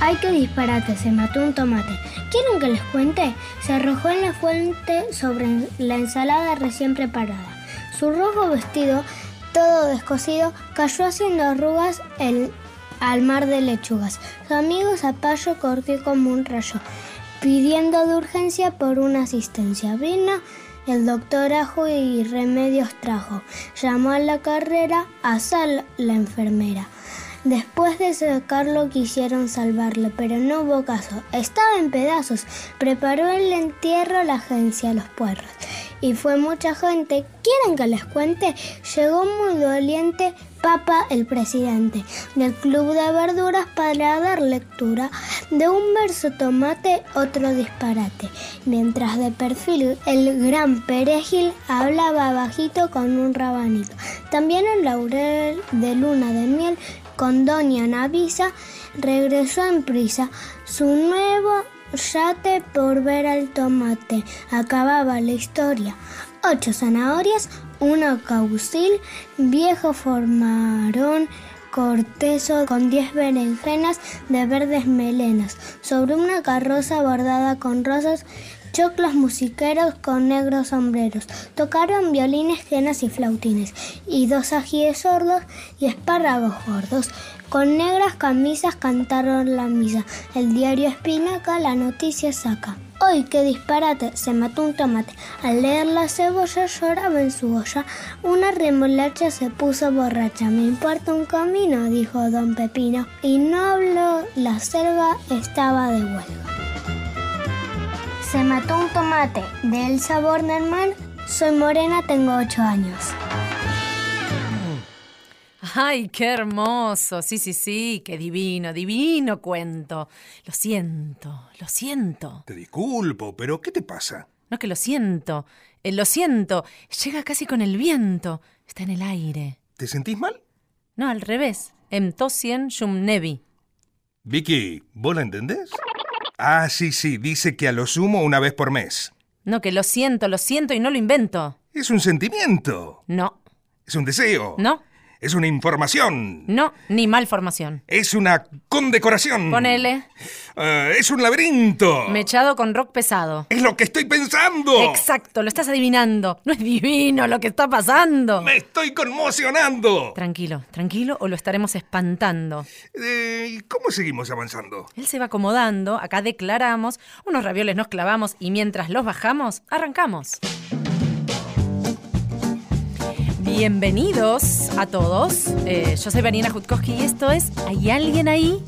¡Ay, qué disparate! Se mató un tomate. ¿Quieren que les cuente? Se arrojó en la fuente sobre la ensalada recién preparada. Su rojo vestido, todo descosido, cayó haciendo arrugas el- al mar de lechugas. Su amigo Zapallo corrió como un rayo, pidiendo de urgencia por una asistencia. Vino el doctor Ajo y remedios trajo. Llamó a la carrera a Sal, la enfermera. Después de sacarlo quisieron salvarlo, pero no hubo caso. Estaba en pedazos. Preparó el entierro la agencia de los puerros. Y fue mucha gente. ¿Quieren que les cuente? Llegó muy doliente Papa el presidente del Club de Verduras para dar lectura de un verso tomate, otro disparate. Mientras de perfil el gran perejil hablaba bajito con un rabanito. También el laurel de luna de miel con Doña Navisa regresó en prisa. Su nuevo yate por ver al tomate. Acababa la historia. Ocho zanahorias, una caucil, viejo formarón cortezo con diez berenjenas de verdes melenas, sobre una carroza bordada con rosas, choclos musiqueros con negros sombreros. Tocaron violines, quenas y flautines, y dos ajíes sordos y espárragos gordos. Con negras camisas cantaron la misa. El diario Espinaca la noticia saca. ¡Ay, qué disparate! Se mató un tomate. Al leer la cebolla lloraba en su olla. Una remolacha se puso borracha. Me importa un camino, dijo don Pepino. Y no habló, la selva estaba de huelga. Se mató un tomate. De Elsa Bornerman, soy morena, tengo ocho años. Ay, qué hermoso. Sí, sí, sí, qué divino, divino cuento. Lo siento, lo siento. Te disculpo, pero ¿qué te pasa? No que lo siento, eh, lo siento. Llega casi con el viento. Está en el aire. ¿Te sentís mal? No, al revés. Em tosien yum nevi. Vicky, ¿vos la entendés? Ah, sí, sí, dice que a lo sumo una vez por mes. No que lo siento, lo siento y no lo invento. Es un sentimiento, No, es un deseo, no, es una información, no, ni malformación. es una condecoración. Ponele, Eh, es un laberinto. mechado con rock pesado. Es lo que estoy pensando. Exacto, lo estás adivinando. No es divino lo que está pasando. Me estoy conmocionando. Tranquilo, tranquilo o lo estaremos espantando. Eh, ¿y ¿Cómo seguimos avanzando? Él se va acomodando, acá declaramos, unos ravioles nos clavamos y mientras los bajamos, arrancamos. Bienvenidos a todos. Eh, yo soy Vanina Jutkowski y esto es ¿Hay alguien ahí?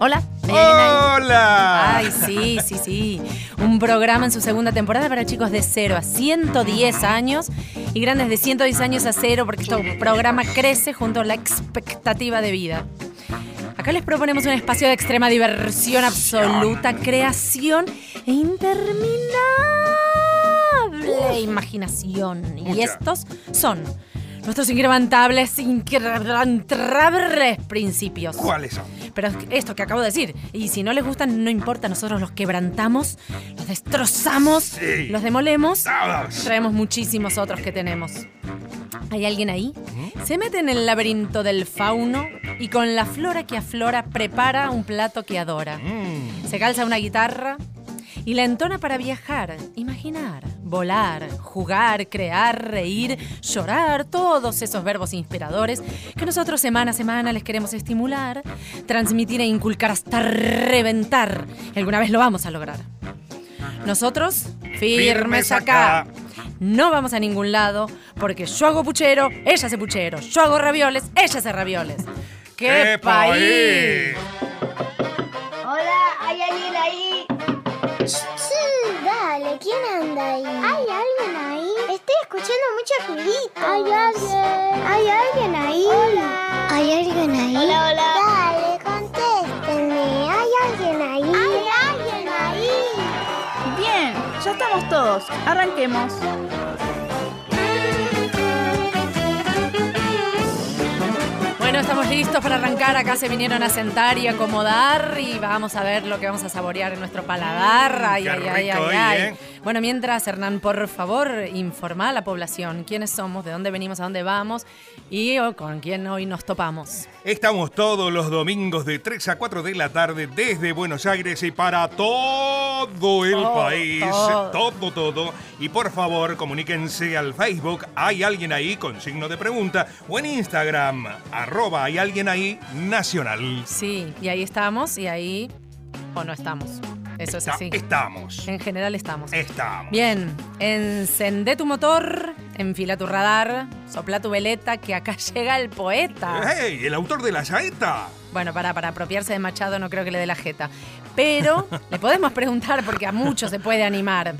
Hola, ¿hay alguien ahí? ¡Hola! Ay, sí, sí, sí. Un programa en su segunda temporada para chicos de 0 a 110 años y grandes de 110 años a 0 porque este programa crece junto a la expectativa de vida. Acá les proponemos un espacio de extrema diversión absoluta, creación e interminable imaginación. Y Mucha. estos son nuestros inquebrantables, inquebrantables principios. ¿Cuáles son? Pero esto que acabo de decir, y si no les gustan, no importa, nosotros los quebrantamos, los destrozamos, Sí. los demolemos, Todos. traemos muchísimos otros que tenemos. ¿Hay alguien ahí? Se mete en el laberinto del fauno y con la flora que aflora prepara un plato que adora. Mm, Se calza una guitarra y la entona para viajar, imaginar, volar, jugar, crear, reír, llorar, todos esos verbos inspiradores que nosotros semana a semana les queremos estimular, transmitir e inculcar hasta reventar. Y alguna vez lo vamos a lograr. Nosotros, firmes Firmes acá. acá. No vamos a ningún lado porque yo hago puchero, ella hace puchero. Yo hago ravioles, ella hace ravioles. ¡Qué, eh. país! Hola, ¿hay alguien ahí? dale, ¿quién anda ahí? ¿Hay alguien ahí? Estoy escuchando muchos ruiditos. ¿Hay alguien? ¿Hay alguien ahí? Hola. ¿Hay alguien ahí? Hola, hola. Dale, contéstenme. ¿Hay alguien ahí? ¿Hay alguien ahí? Bien, ya estamos todos. Arranquemos. Bueno, estamos listos para arrancar. Acá se vinieron a sentar y acomodar y vamos a ver lo que vamos a saborear en nuestro paladar. Ay, Mm, Qué ay, ay, rico ay, hoy, ay. ¿eh? Bueno, mientras, Hernán, por favor, informa a la población quiénes somos, de dónde venimos, a dónde vamos y oh, con quién hoy nos topamos. Estamos todos los domingos de 3 a 4 de la tarde desde Buenos Aires y para todo el Todo, país. todo. todo, todo. Y por favor, comuníquense al Facebook Hay alguien ahí con signo de pregunta o en Instagram arroba Hay alguien ahí nacional. Sí, y ahí estamos y ahí o no estamos. Eso es Ta- así. Estamos. En general estamos. Estamos. Bien, encendé tu motor, enfila tu radar, sopla tu veleta, que acá llega el poeta. ¡Hey! El autor de la saeta. Bueno, para, para apropiarse de Machado no creo que le dé la jeta. Pero le podemos preguntar porque a muchos se puede animar.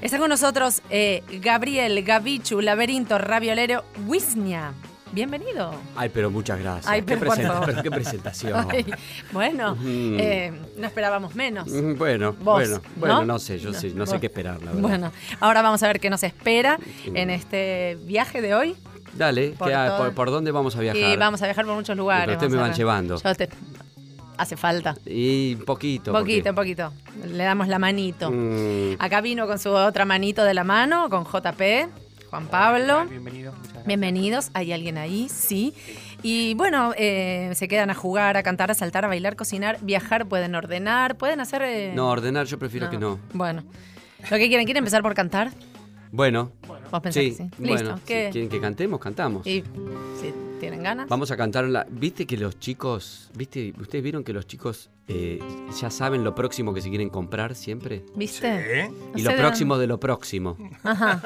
Está con nosotros eh, Gabriel, Gabichu, Laberinto, Raviolero, Wisnia. Bienvenido. Ay, pero muchas gracias. Ay, pero qué, por presenta- favor. qué presentación. Ay, bueno, Ujú. eh, no esperábamos menos. Mm, Bueno, Vos, bueno, ¿no? bueno, no sé, yo sé, no sé Bueno. qué esperar, la verdad. Bueno, ahora vamos a ver qué nos espera en este viaje de hoy. Dale, Por ¿qué ha- todo- por, por dónde vamos a viajar? Y vamos a viajar por muchos lugares. Pero ustedes vamos me a van ver. llevando. Yo te- Hace falta. Y poquito. Poquito, porque- poquito. Le damos la manito. Mm, Acá vino con su otra manito de la mano, con JP, Juan Pablo. Bienvenidos, muchas gracias. Bienvenidos, hay alguien ahí, sí. Y bueno, eh, se quedan a jugar, a cantar, a saltar, a bailar, cocinar, viajar, pueden ordenar, pueden hacer... eh, no, ordenar yo prefiero que no. Bueno, lo que quieren, ¿quieren empezar por cantar? Bueno, ¿Vos pensás sí, que sí? bueno, Listo, si ¿qué? quieren que cantemos, cantamos. Y si tienen ganas. Vamos a cantar la... ¿Viste que los chicos, viste, ustedes vieron que los chicos eh, ya saben lo próximo que se quieren comprar siempre? ¿Viste? ¿Eh? No Y sé lo de próximo de lo próximo. dónde- Ajá.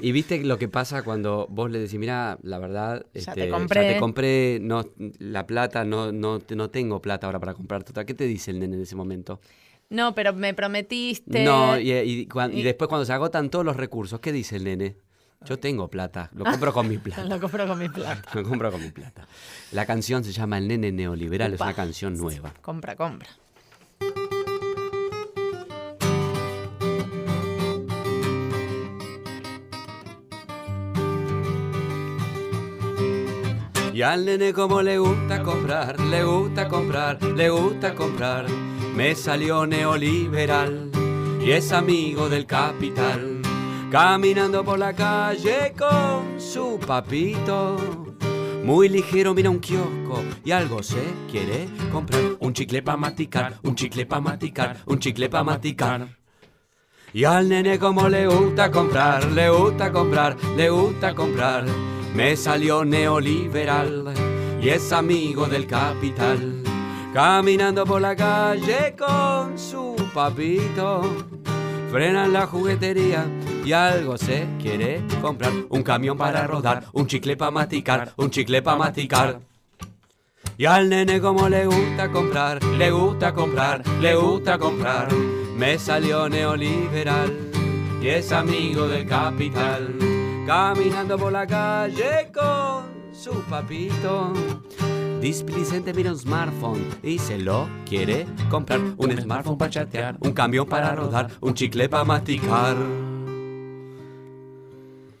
Y viste lo que pasa cuando vos le decís, mira, la verdad, Ya este, te compré". ya te compré, no, la plata, no, no, te- no tengo plata ahora para comprar. Total, ¿Qué te dice el nene en ese momento? No, pero me prometiste. No, y, y cuan- y y- después cuando se agotan todos los recursos, ¿qué dice el nene? Yo tengo plata, lo compro con mi plata. Lo compro con mi plata. Lo compro con mi plata. La canción se llama El nene neoliberal, es Upa. una canción nueva. Compra, compra. Y al nene como le gusta comprar, le gusta comprar, le gusta comprar. Me salió neoliberal y es amigo del capital. Caminando por la calle con su papito. Muy ligero mira un kiosco y algo se quiere comprar. Un chicle pa' masticar, un chicle pa' masticar, un chicle pa' masticar. Y al nene como le gusta comprar, le gusta comprar, le gusta comprar. Me salió neoliberal y es amigo del capital. Caminando por la calle con su papito. Frenan la juguetería y algo se quiere comprar. Un camión para rodar, un chicle para masticar, un chicle para masticar. Y al nene como le gusta comprar, le gusta comprar, le gusta comprar. Me salió neoliberal y es amigo del capital. Caminando por la calle con su papito. Displicente mira un smartphone y se lo quiere comprar. Un smartphone para chatear, un camión para rodar, un chicle para masticar.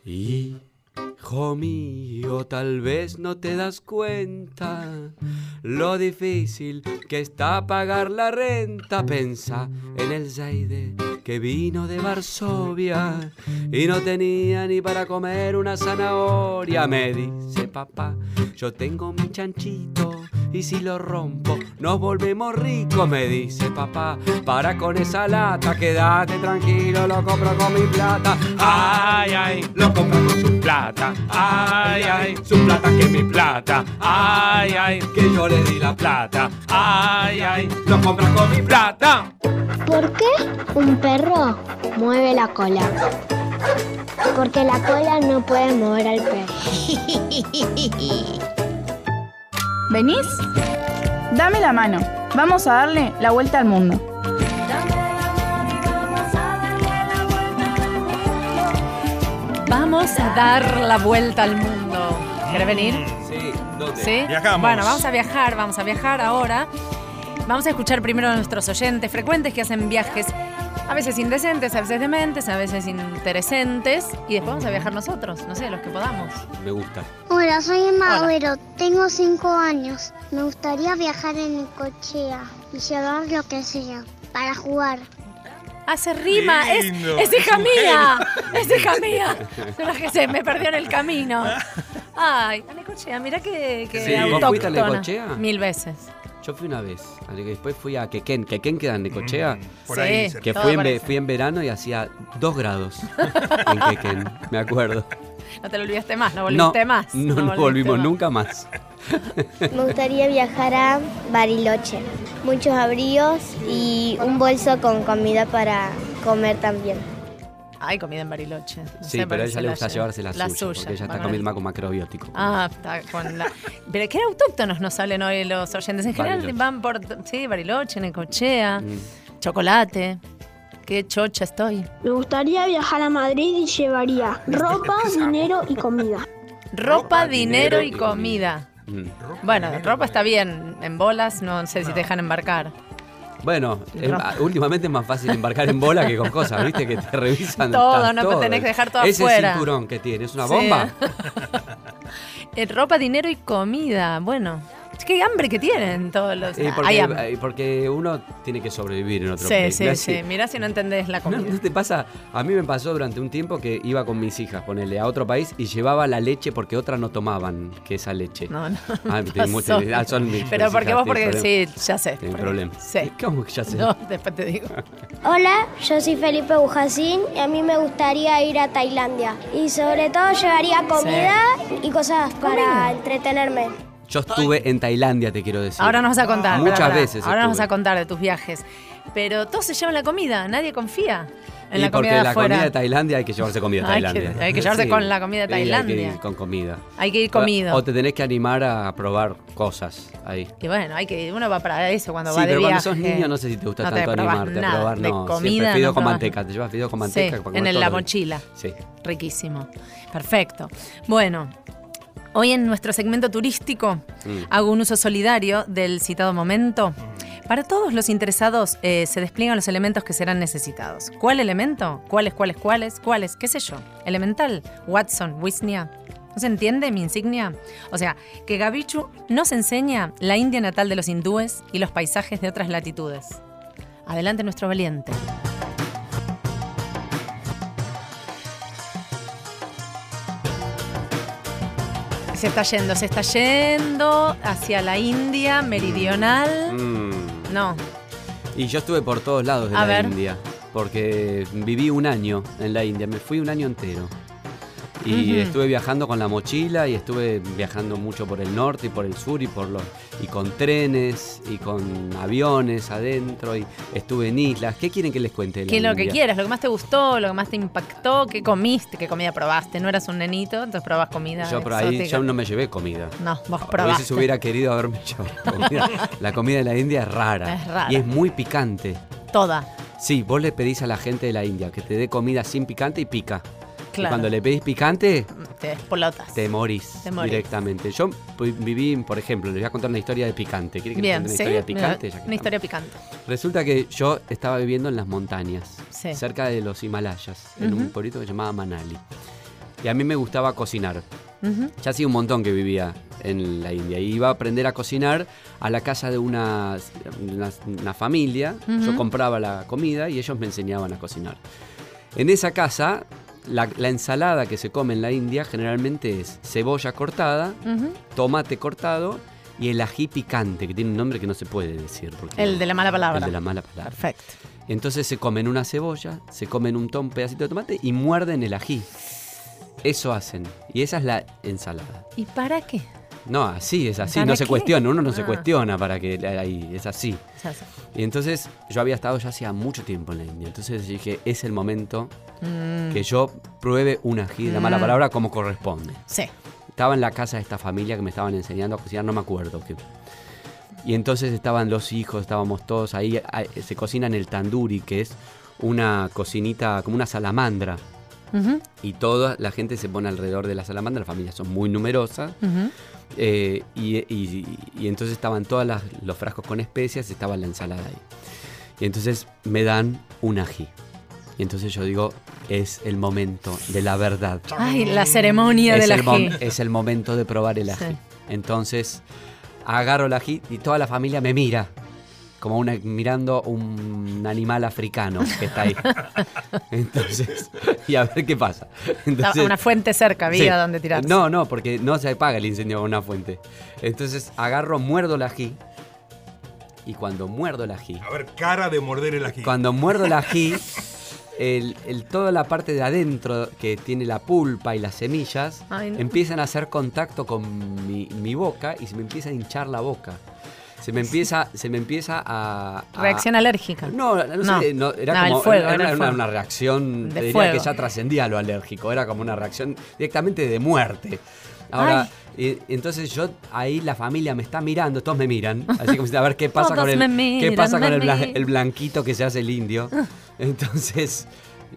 Y Hijo mío, tal vez no te das cuenta lo difícil que está pagar la renta. Pensa en el Zaide que vino de Varsovia y no tenía ni para comer una zanahoria. Me dice papá, yo tengo mi chanchito y si lo rompo nos volvemos ricos. Me dice papá, para con esa lata, quédate tranquilo, lo compro con mi plata. Ay, ay, Lo compra con su plata. Ay, ay. Su plata que es mi plata. Ay, ay. que yo le di la plata. Plata. Ay, ay. Lo compra con mi plata. ¿Por qué un perro mueve la cola? Porque la cola no puede mover al perro. ¿Venís? Dame la mano. Vamos a darle la vuelta al mundo. Vamos a dar la vuelta al mundo. ¿Querés venir? Sí, ¿dónde? ¿Sí? Mm, Viajamos. Bueno, vamos a viajar, vamos a viajar ahora. Vamos a escuchar primero a nuestros oyentes frecuentes que hacen viajes a veces indecentes, a veces dementes, a veces interesantes. Y después vamos a viajar nosotros, no sé, los que podamos. Me gusta. Hola, soy Emma Hola. Agüero, tengo 5 años. Me gustaría viajar en cochea y llevar lo que sea para jugar. Hace rima, es, Lindo, es es hija un mía, es hija mía. No es que se me perdió en el camino. Ay, Alecochea, mira que, que Sí. ¿Vos fuiste a Necochea? Mil veces. Yo fui una vez, a Neco- después fui a Quequén, Quequén queda en Necochea, Por Sí. ahí cerca. que todo fui en, ve- parece. fui en verano y hacía dos grados en Quequén, me acuerdo. No te lo olvidaste más, no volviste no, más. No, no, volviste volvimos más. nunca más. Me gustaría viajar a Bariloche. Muchos abrigos y un bolso con comida para comer también. Hay comida en Bariloche. no Sí, sé, pero a ella le la- gusta llevarse la, suya, porque ella está van a- comiendo con macrobiótico. Ah, está con la. Pero qué autóctonos nos salen hoy los oyentes. En general Bariloche. Mm. van por. Sí, Bariloche, Necochea, chocolate. Qué chocha estoy. Me gustaría viajar a Madrid y llevaría ropa, dinero y comida. Ropa, dinero, y comida. Mm. Bueno, ropa está bien. En bolas, no sé si te dejan embarcar. Bueno, es- Ropa. últimamente es más fácil embarcar en bola que con cosas, ¿viste? Que te revisan. Todo, estás no tenés que dejar todo Ese afuera. cinturón que tiene, ¿es una Sí. bomba? Eh, ropa, dinero y comida. Bueno, es que hambre que tienen todos los. Eh, Hay porque, hambre. eh, porque uno tiene que sobrevivir en otro Sí, país. sí, Mirá sí. si- Mirá si no entendés la ¿No, comida. no te pasa? A mí me pasó durante un tiempo que iba con mis hijas, ponele, a otro país y llevaba la leche porque otras no tomaban, que esa leche. No, no. Ah, me te- pasó. ah, son mis- Pero mis porque vos, hijas, tienen porque problemas. sí, ya sé. Tienen porque- problemas. Sí. ¿Cómo que ya sé? No, después te digo. Hola, yo soy Felipe Bujacín y a mí me gustaría ir a Tailandia. Y sobre todo llevaría comida y cosas para entretenerme. Yo estuve en Tailandia, te quiero decir. Ahora nos vas a contar. Muchas pará, pará. veces. Ahora nos vas estuve. a contar de tus viajes. Pero todos se llevan la comida, nadie confía en Y la porque comida de la afuera. comida de Tailandia hay que llevarse comida de Hay que- Tailandia. hay que llevarse con la comida de Sí, hay que Tailandia. ir con comida. Hay que ir O, comido. o te tenés que animar a probar cosas ahí. Que bueno, hay que uno va para eso cuando sí, va de pero cuando viaje. sos niño no sé si te gusta No tanto probás animarte nada a probar, de no. comida, Siempre fideos no con probás. manteca, te llevas fideos con manteca. Sí, para comer en el- todos la los días. mochila. Sí. Riquísimo. Perfecto. Bueno, hoy en nuestro segmento turístico Mm. hago un uso solidario del citado momento. Para todos los interesados eh, se despliegan los elementos que serán necesitados. ¿Cuál elemento? ¿Cuáles, cuáles, cuáles? ¿Cuáles? ¿Qué sé yo? ¿Elemental? ¿Watson? ¿Wisnia? ¿No se entiende mi insignia? O sea, que Gabichu nos enseña la India natal de los hindúes y los paisajes de otras latitudes. Adelante nuestro valiente. Se está yendo, se está yendo hacia la India meridional. Mm. No, Y yo estuve por todos lados de A la ver. India, porque viví un año en la India, me fui un año entero. Y Ujú. estuve viajando con la mochila y estuve viajando mucho por el norte y por el sur y por los y con trenes y con aviones adentro y estuve en islas. ¿Qué quieren que les cuente? de la que lo India? que quieras, lo que más te gustó, lo que más te impactó, qué comiste, qué comida probaste. No eras un nenito, entonces probabas comida. Yo por ahí exótica. yo no me llevé comida. No, vos A probaste. veces hubiera querido haberme llevado comida. La comida de la India es rara. Es rara. Y es muy picante. Toda. Sí, vos le pedís a la gente de la India que te dé comida sin picante y pica. Y Claro. cuando le pedís picante, Te despolotas. te morís, Te morís. directamente. Yo pu- viví, por ejemplo, les voy a contar una historia de picante. ¿Quieren que les Bien, cuente sí. una historia de picante? mira, Ya que Una estamos. historia picante. Resulta que yo estaba viviendo en las montañas, Sí. cerca de los Himalayas, en un Ujú. pueblito que se llamaba Manali. Y a mí me gustaba cocinar. Ujú. Ya hacía un montón que vivía en la India. Y iba a aprender a cocinar a la casa de una, una, una familia. Yo Ujú. compraba la comida y ellos me enseñaban a cocinar. En esa casa, la, la ensalada que se come en la India generalmente es cebolla cortada, Ujú. tomate cortado y el ají picante, que tiene un nombre que no se puede decir. porque- El de la mala palabra. El de la mala palabra. Perfecto. Entonces se comen una cebolla, se comen un, tom, pedacito de tomate y muerden el ají. Eso hacen. Y esa es la ensalada. ¿Y para qué? No, así es así, ¿Para no se qué? cuestiona, uno no se Ah. cuestiona para que ahí, es así. O sea, Y entonces yo había estado ya hacía mucho tiempo en la India, entonces dije, es el momento mm, que yo pruebe un ají, de la mala Mm. palabra, como corresponde. Sí. Estaba en la casa de esta familia que me estaban enseñando a cocinar, no me acuerdo qué. Y entonces estaban los hijos, estábamos todos ahí, ah, se cocina en el tanduri, que es una cocinita, como una salamandra. Ujú, Y toda la gente se pone alrededor de la salamandra, las familias son muy numerosas. ujú. Eh, y, y- y entonces estaban todos los frascos con especias, estaba la ensalada ahí. Y entonces me dan un ají. Y entonces yo digo, es el momento de la verdad. Ay, la ceremonia es, del el mom- ají. es el momento de probar el ají. Sí. Entonces agarro el ají y toda la familia me mira. como una, mirando un animal africano que está ahí. Entonces, y a ver qué pasa. Entonces, una fuente cerca había Sí. donde tirar. No, no, porque no se apaga el incendio con una fuente. Entonces agarro, muerdo el ají. Y cuando muerdo el ají, A ver, cara de morder el ají. cuando muerdo el ají, el, el- toda la parte de adentro que tiene la pulpa y las semillas Ay, no. empiezan a hacer contacto con mi, mi boca y se me empieza a hinchar la boca. Se me empieza, se me empieza a, a- Reacción alérgica. Ah, no, no, sé, no, era No, el como fuego, era, era el una, fuego. una reacción, De te diría fuego. que ya trascendía lo alérgico, era como una reacción directamente de muerte. Ahora, eh, entonces yo ahí la familia me está mirando, todos me miran, así como si a ver qué pasa Todos con el me miran, qué pasa con me el, bla- miran. Ah. el blanquito que se hace el indio. Entonces,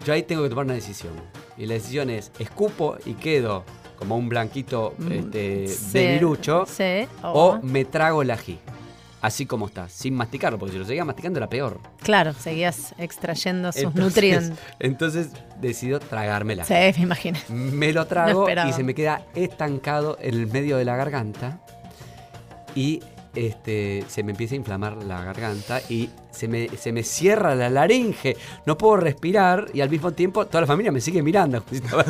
yo ahí tengo que tomar una decisión. Y la decisión es escupo y quedo como un blanquito Mm, este, Sí, debilucho sí, o o- me trago el ají. Así como está, sin masticarlo, porque si lo seguía masticando era peor. Claro, seguías extrayendo sus Entonces- nutrientes. Entonces decido tragármela. Sí, me imagino. Me lo No trago esperaba. y se me queda estancado en el medio de la garganta y este, se me empieza a inflamar la garganta y se me, se me cierra la laringe. No puedo respirar y al mismo tiempo toda la familia me sigue mirando. Era un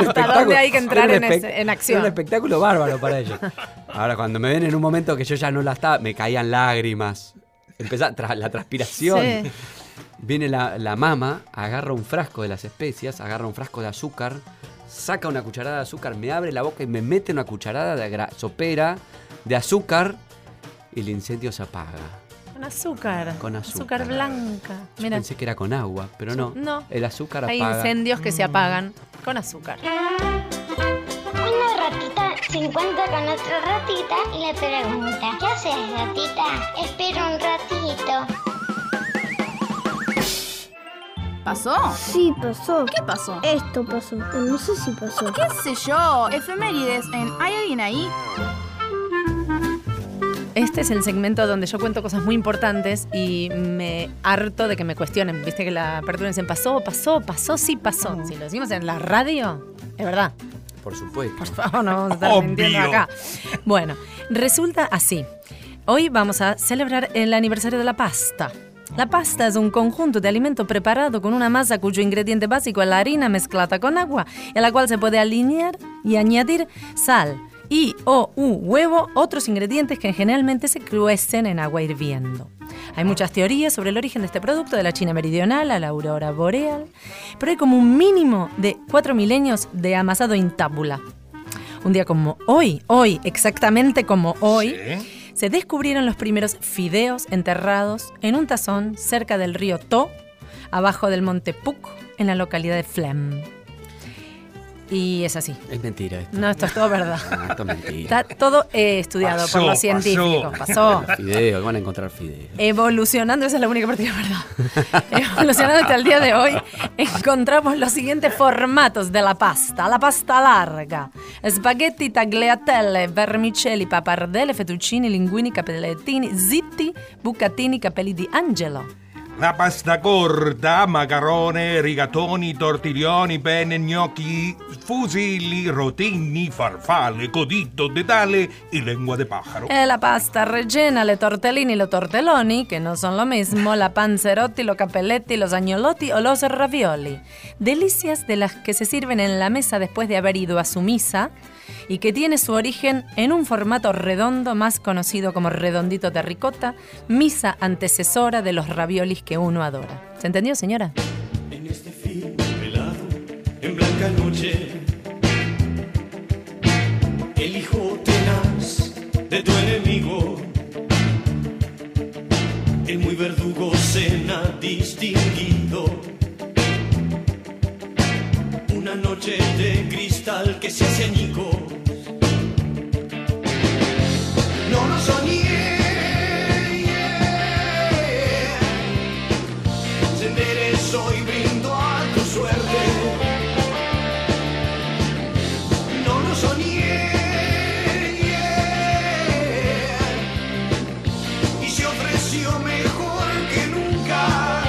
espectáculo- dónde hay que entrar era en un espec- ese- en acción? Era un espectáculo bárbaro para ellos. Ahora, cuando me ven en un momento que yo ya no la estaba, me caían lágrimas. Empezaba tra- la transpiración. Sí. Viene la, la mama, agarra un frasco de las especias, agarra un frasco de azúcar, saca una cucharada de azúcar, me abre la boca y me mete una cucharada de gra- sopera de azúcar y el incendio se apaga. Con azúcar. Con azúcar. blanca. Yo Mira, pensé que era con agua, pero no. No. El azúcar hay apaga. Mm. incendios que se apagan con azúcar. Una ratita se encuentra con otra ratita y le pregunta, ¿qué haces ratita? Espera un ratito. ¿Pasó? Sí, pasó. ¿Qué pasó? Esto pasó. O No sé si pasó. ¿Qué sé yo? Efemérides en ¿Hay alguien ahí? Este es el segmento donde yo cuento cosas muy importantes y me harto de que me cuestionen. Viste que la apertura dicen pasó, pasó, pasó, sí pasó. Si lo decimos en la radio, es verdad. Por supuesto. Por favor, no vamos a estar Obvio. mintiendo acá. Bueno, resulta así. Hoy vamos a celebrar el aniversario de la pasta. La pasta es un conjunto de alimento preparado con una masa cuyo ingrediente básico es la harina mezclada con agua, a la cual se puede alinear y añadir sal y o u huevo, otros ingredientes que generalmente se cuecen en agua hirviendo. Hay muchas teorías sobre el origen de este producto de la China meridional a la aurora boreal, pero hay como un mínimo de cuatro milenios de amasado intábula. Un día como hoy, hoy, exactamente como hoy, Sí. se descubrieron los primeros fideos enterrados en un tazón cerca del río To, abajo del monte Puc, en la localidad de Flem. Y es así. Es mentira esto. No, esto es todo verdad. Ah, esto es mentira. Está todo eh, estudiado Pasó, por los pasó. científicos. Pasó. Fideo, van a encontrar fideo. Evolucionando, esa es la única parte que es verdad. Evolucionando hasta el día de hoy, encontramos los siguientes formatos de la pasta. La pasta larga, spaghetti, tagliatelle, vermicelli, pappardelle, fettuccini, linguini, capellettini, zitti, bucatini, capelli di angelo. La pasta corta, macarone, rigatoni, tortiglioni, penne, gnocchi, fusilli, rotini, farfalle, codito, detale y lengua de pájaro. E la pasta reggiana, le tortellini, lo tortelloni, che non sono lo mismo, la panzerotti, lo capelletti, los agnolotti o los ravioli. Delicias de las que se sirven en la mesa después de haber ido a su misa y que tiene su origen en un formato redondo más conocido como redondito de ricota, misa antecesora de los raviolis que uno adora. ¿Se entendió, señora? En este film velado, en blanca noche, el hijo tenaz de tu enemigo, el muy verdugo cena distinguido. Una noche de cristal que se hace añicos. No lo soñé. yeah. Se enderezó y brindo a tu suerte. No lo soñé. yeah. Y se ofreció mejor que nunca.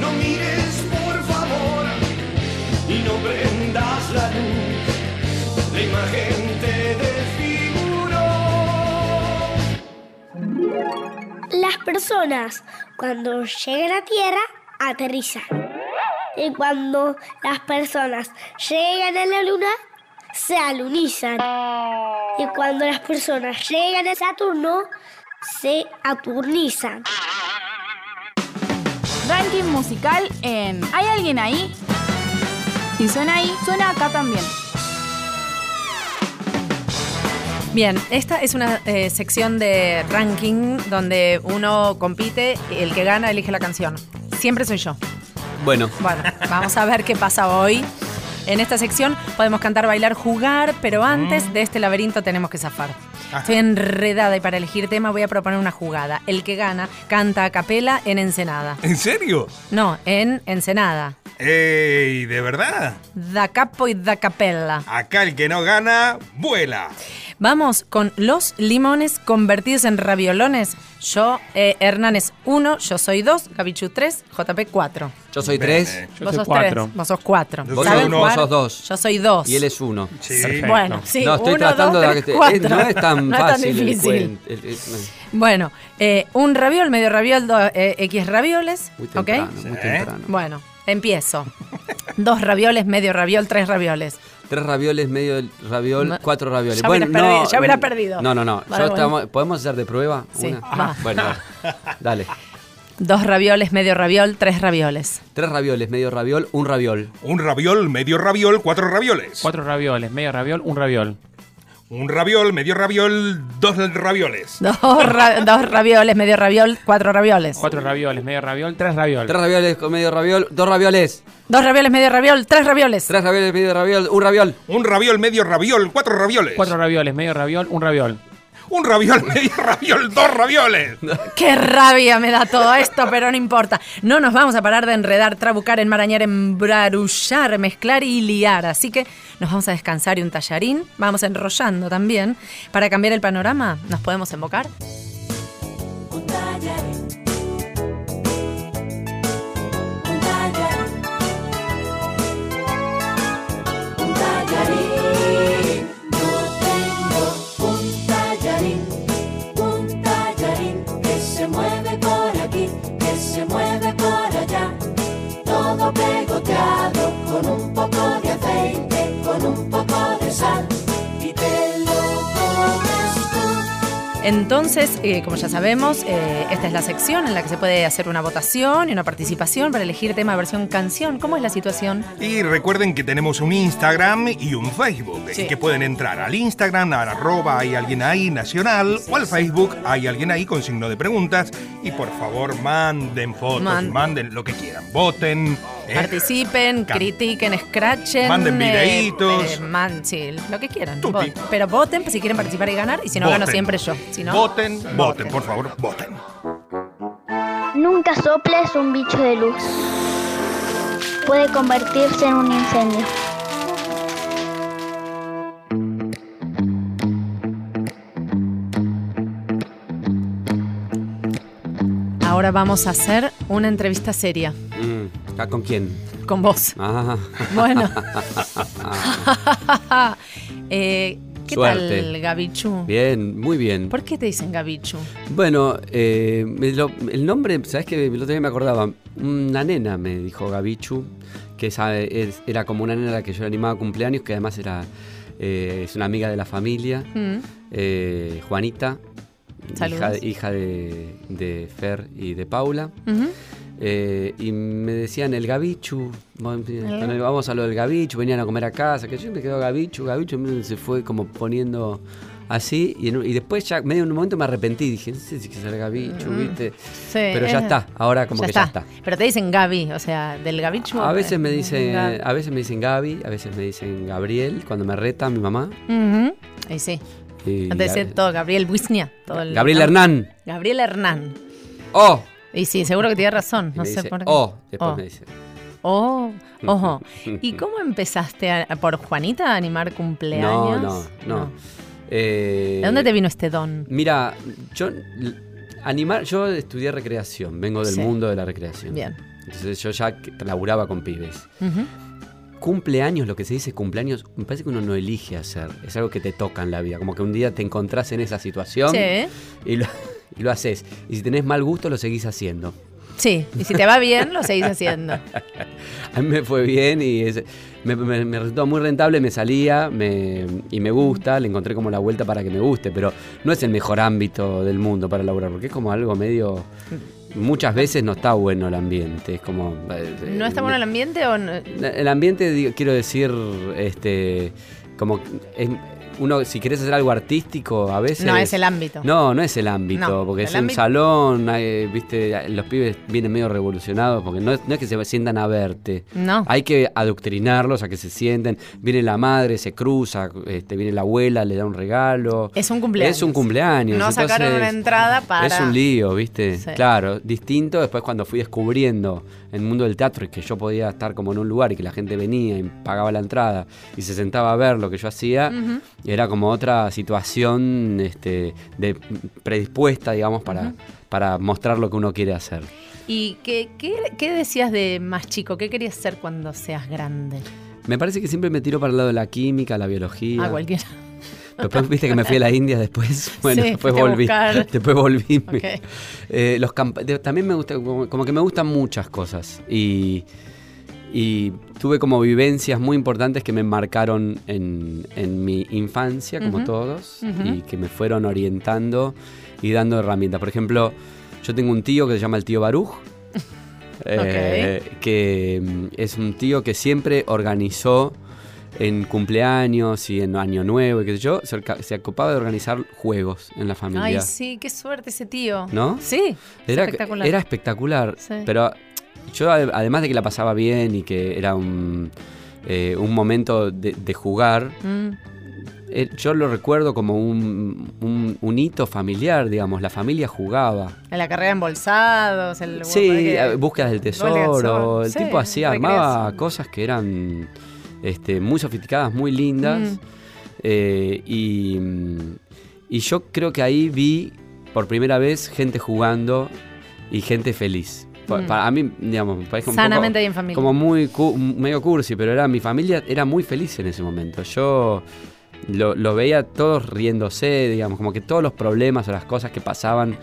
No mires, por favor, y no prendas la luz. La imagen te desfiguró. personas cuando llegan a tierra aterrizan. Y cuando las personas llegan a la luna, se alunizan. Y cuando las personas llegan a Saturno, se aturnizan. Ranking musical en ¿Hay alguien ahí? Si suena ahí, suena acá también. Bien, esta es una eh, sección de ranking donde uno compite, el que gana elige la canción. Siempre soy yo. Bueno, Bueno, vamos a ver qué pasa hoy. En esta sección podemos cantar, bailar, jugar, pero antes de este laberinto tenemos que zafar. Estoy enredada y para elegir tema voy a proponer una jugada. El que gana canta a capela en Ensenada. ¿En serio? No, en Ensenada. ¡Ey! ¿De verdad? Da capo y da capella. Acá el que no gana, vuela. Vamos con los limones convertidos en raviolones. Yo, eh, Hernán es 1, yo soy 2, Gabichu 3, JP 4. yo soy tres. Vos sos 3, vos sos 4. Vos sos uno, vos sos dos. Yo soy 2. Y él es uno. Sí. Bueno, sí, No, estoy uno, tratando dos, de tres, que te- eh, cuatro. No es tan No es tan fácil. el difícil. cuen- el- el- no. Bueno, eh, un raviol, medio raviol, dos, eh, X ravioles. Muy ¿Ok? temprano, muy temprano. Bueno, empiezo. Dos ravioles, medio raviol, tres ravioles. Tres ravioles, medio raviol, No. cuatro ravioles. Ya bueno, hubiera no, mm, perdido, ya hubiera perdido. No, no, no. Vale, Yo bueno. estamos- ¿Podemos hacer de prueba? Sí, Una? Ah, va. Bueno, dale. Dos ravioles, medio raviol, tres ravioles. Tres ravioles, medio raviol, un raviol. Un raviol, medio raviol, cuatro ravioles. Cuatro ravioles, medio raviol, un raviol. Un raviol, medio raviol, dos ravioles. Dos, ra- dos ravioles, medio raviol, cuatro ravioles. Cuatro ravioles, medio raviol, tres ravioles. Tres ravioles con medio raviol, dos ravioles. Dos ravioles, medio raviol, tres ravioles. Tres ravioles, medio raviol, un raviol. Un raviol, medio raviol, cuatro ravioles. Cuatro ravioles, medio raviol, un raviol. Un raviol, medio raviol, dos ravioles. Qué rabia me da todo esto, pero no importa. No nos vamos a parar de enredar, trabucar, enmarañar, embrarullar, mezclar y liar. Así que nos vamos a descansar y un tallarín. Vamos enrollando también. Para cambiar el panorama, nos podemos embocar. Entonces, eh, como ya sabemos, eh, esta es la sección en la que se puede hacer una votación y una participación para elegir tema, versión, canción. ¿Cómo es la situación? Y recuerden que tenemos un Instagram y un Facebook. Sí. Y que pueden entrar al Instagram, al arroba hay alguien ahí nacional, o al Facebook hay alguien ahí con signo de preguntas. Y por favor, manden fotos, Man- manden lo que quieran. Voten. ¿eh? Participen, Can- critiquen, escrachen. Manden videitos. man- sí, lo que quieran. Tuti. Voten. Pero voten si quieren participar y ganar. Y si no, Voten. gano siempre yo. Si no, Voten, voten, por favor, voten. Nunca soples un bicho de luz. Puede convertirse en un incendio. Ahora vamos a hacer una entrevista seria Mm, ¿ah, ¿Con quién? con vos. Ah, Bueno. Eh, ¿Qué Suerte. tal, Gabichu? bien, muy bien. ¿Por qué te dicen Gabichu? Bueno, eh, me lo- el nombre, ¿sabes qué? El otro día me acordaba. Una nena me dijo Gabichu, que sabe, es- era como una nena a la que yo le animaba cumpleaños, que además era eh, es una amiga de la familia, Mm. eh, Juanita, hija, Saludos. hija de, de Fer y de Paula. Ujú. Eh, y me decían el gabichu, vamos vamos a lo del gabichu, venían a comer a casa, que yo me quedo gabichu, gabichu, y se fue como poniendo así, y, en un- y después ya medio en un momento me arrepentí, dije, no sé si es el Mm. gabichu, viste, pero ya es- está, ahora como que ya está. Pero te dicen Gabi, o sea, del Gabichu. A veces me eh, dicen, Gabi. a veces me dicen Gaby, a veces me dicen Gabriel, cuando me reta mi mamá. Ujú. Y sí. ah, y Antes de Gab- ser Ah, todo Gabriel Buisnia. Todo el- Gabriel Hernán, Gabriel Hernán. oh, Y sí, seguro que tiene razón. Y No me sé dice, por qué. oh, después Oh. me dice. Oh, ojo. ¿Y cómo empezaste a- por Juanita a animar No, cumpleaños? no, no. Eh, ¿De dónde te vino este don? Mira, yo l- animar, yo estudié recreación, vengo del Sí. mundo de la recreación. Bien. Entonces yo ya que- laburaba con pibes. Ujú. Cumpleaños, lo que se dice cumpleaños, me parece que uno no elige hacer, es algo que te toca en la vida, como que un día te encontrás en esa situación Sí. y, lo- y y lo haces. Y si tenés mal gusto, lo seguís haciendo. Sí, y si te va bien, lo seguís haciendo. A mí me fue bien y es- me, me- me resultó muy rentable, me salía me- y me gusta, le encontré como la vuelta para que me guste, pero no es el mejor ámbito del mundo para laburar, porque es como algo medio... Muchas veces no está bueno el ambiente, es como... eh, eh, ¿No está bueno el ambiente o no? el ambiente, digo, quiero decir, este, como es- uno, si querés hacer algo artístico, a veces. No es el ámbito. No, no es el ámbito, No, porque el es un ámbito- salón, hay- viste, los pibes vienen medio revolucionados, porque no es, no es que se sientan a verte. No. Hay que adoctrinarlos a que se sienten. Viene la madre, se cruza, este, viene la abuela, le da un regalo. Es un cumpleaños. Es un cumpleaños. No sacaron entonces- una entrada para. es un lío, ¿viste? Sí. Claro, distinto después cuando fui descubriendo el mundo del teatro y que yo podía estar como en un lugar y que la gente venía y pagaba la entrada y se sentaba a ver lo que yo hacía, Ujú. era como otra situación este, de predispuesta, digamos, para, para mostrar lo que uno quiere hacer. ¿Y qué, qué, qué decías de más chico? ¿Qué querías ser cuando seas grande? Me parece que siempre me tiro para el lado de la química, la biología. A cualquiera. Después viste que me fui a la India después. Bueno, Sí, después fuiste a volví. buscar. Después volví. Me- Ok. eh, los camp- de- también me gusta, como, como que me gustan muchas cosas. Y, y tuve como vivencias muy importantes que me marcaron en, en mi infancia, como Ujú. todos, Ujú. y que me fueron orientando y dando herramientas. Por ejemplo, yo tengo un tío que se llama el tío Baruj. eh, que mm, es un tío que siempre organizó en cumpleaños y en año nuevo y qué sé yo, se, orca- se ocupaba de organizar juegos en la familia. Ay, sí, qué suerte ese tío. ¿No? Sí. es Era espectacular. espectacular. Era espectacular. Sí. Pero yo, ad- además de que la pasaba bien y que era un, eh, un momento de, de jugar, Mm. eh, yo lo recuerdo como un, un- un hito familiar, digamos. La familia jugaba. En la carrera de embolsados, el Sí, que- eh, búsquedas del Gol de tesoro. Garzón. El Sí, tipo hacía, armaba cosas que eran este, muy sofisticadas, muy lindas. Mm. Eh, y, mm, y yo creo que ahí vi por primera vez gente jugando y gente feliz. Pa- Mm. Para mí, digamos, me parece un poco- Sanamente y en familia. Como muy cu- medio cursi, pero era mi familia era muy feliz en ese momento. Yo lo, lo veía todos riéndose, digamos, como que todos los problemas o las cosas que pasaban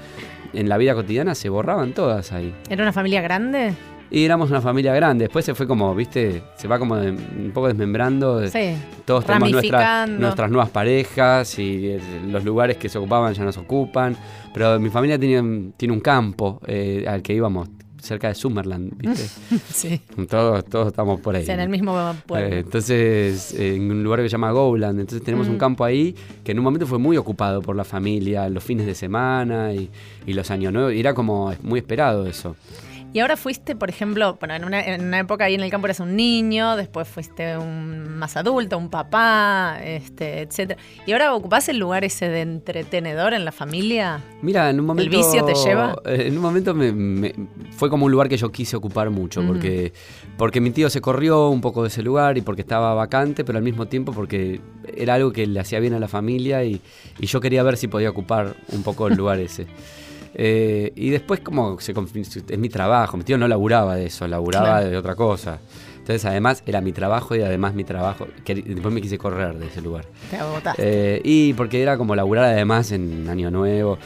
en la vida cotidiana se borraban todas ahí. ¿Era una familia grande? Y éramos una familia grande. Después se fue como, viste, se va como de- un poco desmembrando. de- Sí. Todos tenemos nuestras, Ramificando. nuestras nuevas parejas y eh, los lugares que se ocupaban ya nos ocupan. Pero mi familia tiene, un- tiene un campo eh, al que íbamos, cerca de Summerland, viste. sí. Todos, todos estamos por ahí. O sea, en el mismo pueblo. Eh, entonces, eh, en un lugar que se llama Gobland, entonces tenemos un Mm. campo ahí que en un momento fue muy ocupado por la familia, los fines de semana y, y los años nuevos, y era como muy esperado eso. Y ahora fuiste, por ejemplo, bueno, en una, en una época ahí en el campo eras un niño, después fuiste un más adulto, un papá, este, etcétera. Y ahora ocupás el lugar ese de entretenedor en la familia. Mira, en un momento. vicio te lleva? eh, En un momento me- me- fue como un lugar que yo quise ocupar mucho, Ujú. porque, porque mi tío se corrió un poco de ese lugar y porque estaba vacante, pero al mismo tiempo porque era algo que le hacía bien a la familia y, y yo quería ver si podía ocupar un poco el lugar ese. Eh, y después, como se confi- es mi trabajo, mi tío no laburaba de eso, laburaba Claro. de otra cosa. Entonces, además, era mi trabajo y además mi trabajo. que- después me quise correr de ese lugar. Te agotaste. Eh, y porque era como laburar además en Año Nuevo.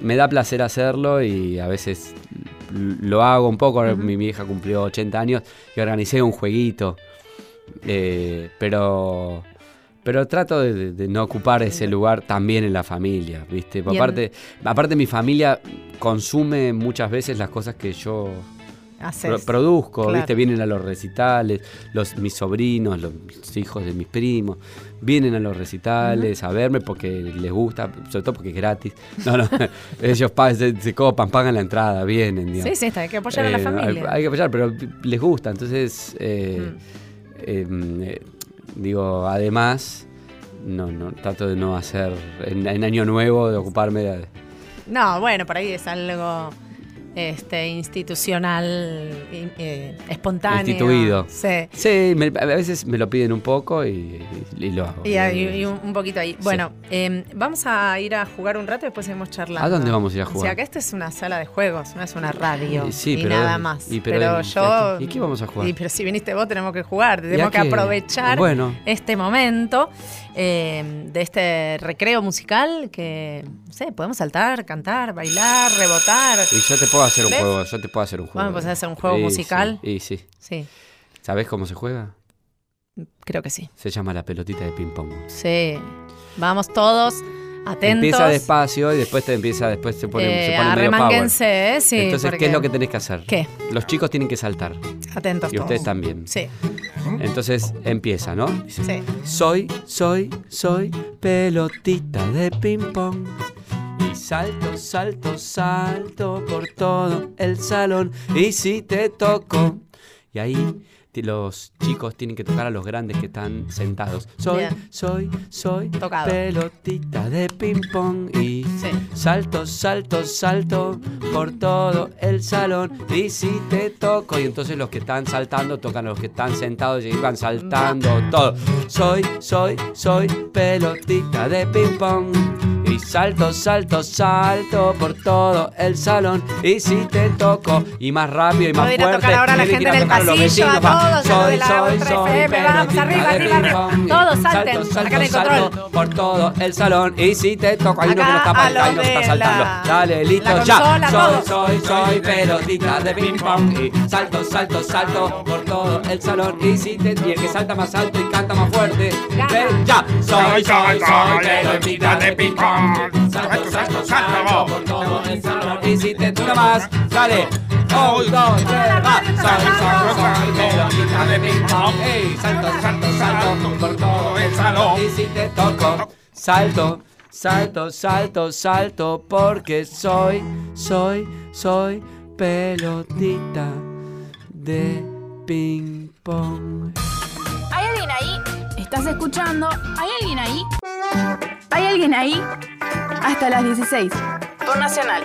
Me da placer hacerlo y a veces l- lo hago un poco. Ahora Ujú. Mi vieja cumplió 80 años y organicé un jueguito. Eh, pero, pero trato de, de no ocupar ese lugar también en la familia, ¿viste? Bien. Aparte, aparte mi familia consume muchas veces las cosas que yo Haces. pro- produzco, Claro. ¿viste? Vienen a los recitales, los, mis sobrinos, los mis hijos de mis primos, vienen a los recitales a verme porque les gusta, sobre todo porque es gratis. No, no, ellos pa- se, se copan, pagan la entrada, vienen, Sí, digamos. sí, está, hay que apoyar a la Eh, familia. Hay, hay que apoyar, pero les gusta, entonces, eh, em, eh, digo, además, no, no, trato de no hacer, en, en Año Nuevo, de ocuparme de... No, bueno, por ahí es algo este, institucional, in- eh, espontáneo. Instituido. Sí. Sí, me- a veces me lo piden un poco y, y- y lo hago. Y, ahí- y un un poquito ahí. Bueno, eh, vamos a ir a jugar un rato y después seguimos charlando. ¿A dónde vamos a ir a O jugar? sea, acá esta es una sala de juegos, no es una radio. Y sí, y pero- nada más. y pero- yo. ¿y qué vamos a jugar? Y pero si viniste vos, tenemos que jugar. ¿Y a Tenemos que qué? aprovechar Bueno. este momento. eh, de este recreo musical que, no sé, podemos saltar, cantar, bailar, rebotar. Y yo te puedo hacer un ¿Ves? juego, yo te puedo hacer un juego. Bueno, pues hacer un juego Y sí, musical. Y sí. Sí, ¿Sabés cómo se juega? creo que sí. Se llama la pelotita de ping-pong. Sí. Vamos todos atentos. Empieza despacio y después te empieza, después se pone, se Eh, pone medio power. arremánguense, eh, sí, Entonces, ¿qué porque- es lo que tenés que hacer? ¿Qué? Los chicos tienen que saltar. Atentos Y todos. ustedes también. Sí. Entonces empieza, ¿no? Dice, Sí. Soy, soy, soy pelotita de ping-pong. Y salto, salto, salto por todo el salón. Y si te toco. Y ahí ti- los chicos tienen que tocar a los grandes que están sentados. Soy, Bien. soy, soy Tocado. pelotita de ping-pong. Y salto, salto, salto por todo el salón. Y si te toco. Y entonces los que están saltando tocan a los que están sentados y van saltando Mm. todo. Soy, soy, soy pelotita de ping-pong. Y salto, salto, salto por todo el salón. Y si te toco, y más rápido y más Voy a ir a fuerte. tocar ahora a la tiene que ir gente en el tocar los pasillo, a vecinos, va. todos, a los de Soy, la soy, otra soy FM, vamos, pelotita arriba, de arriba, arriba. ping-pong. Todos salten, Y salto, salto, acá en el salto control. por todo el salón. Y si te toco, hay uno que Acá no está a para, los hay uno que está de saltando. la- Dale, listo, la ya. consola, Soy, todos. soy, soy pelotita de ping-pong. Y salto, salto, salto por todo el salón. Y si te y el que salta más alto y canta más fuerte. Ven, ya. Soy, soy, soy pelotita de ping-pong. Salto, salto, salto por todo el salón. Y si te toca más, dale. Un, dos, tres, va. Soy, soy, soy pelotita de ping-pong. Ey, Salto, salto, salto por todo el salón. Y si te toco, salto. Salto, salto, salto, porque soy, soy, soy pelotita de ping pong. ¿Hay alguien ahí? ¿Estás escuchando? ¿Hay alguien ahí? ¿Hay alguien ahí? Hasta las 16. Por Nacional.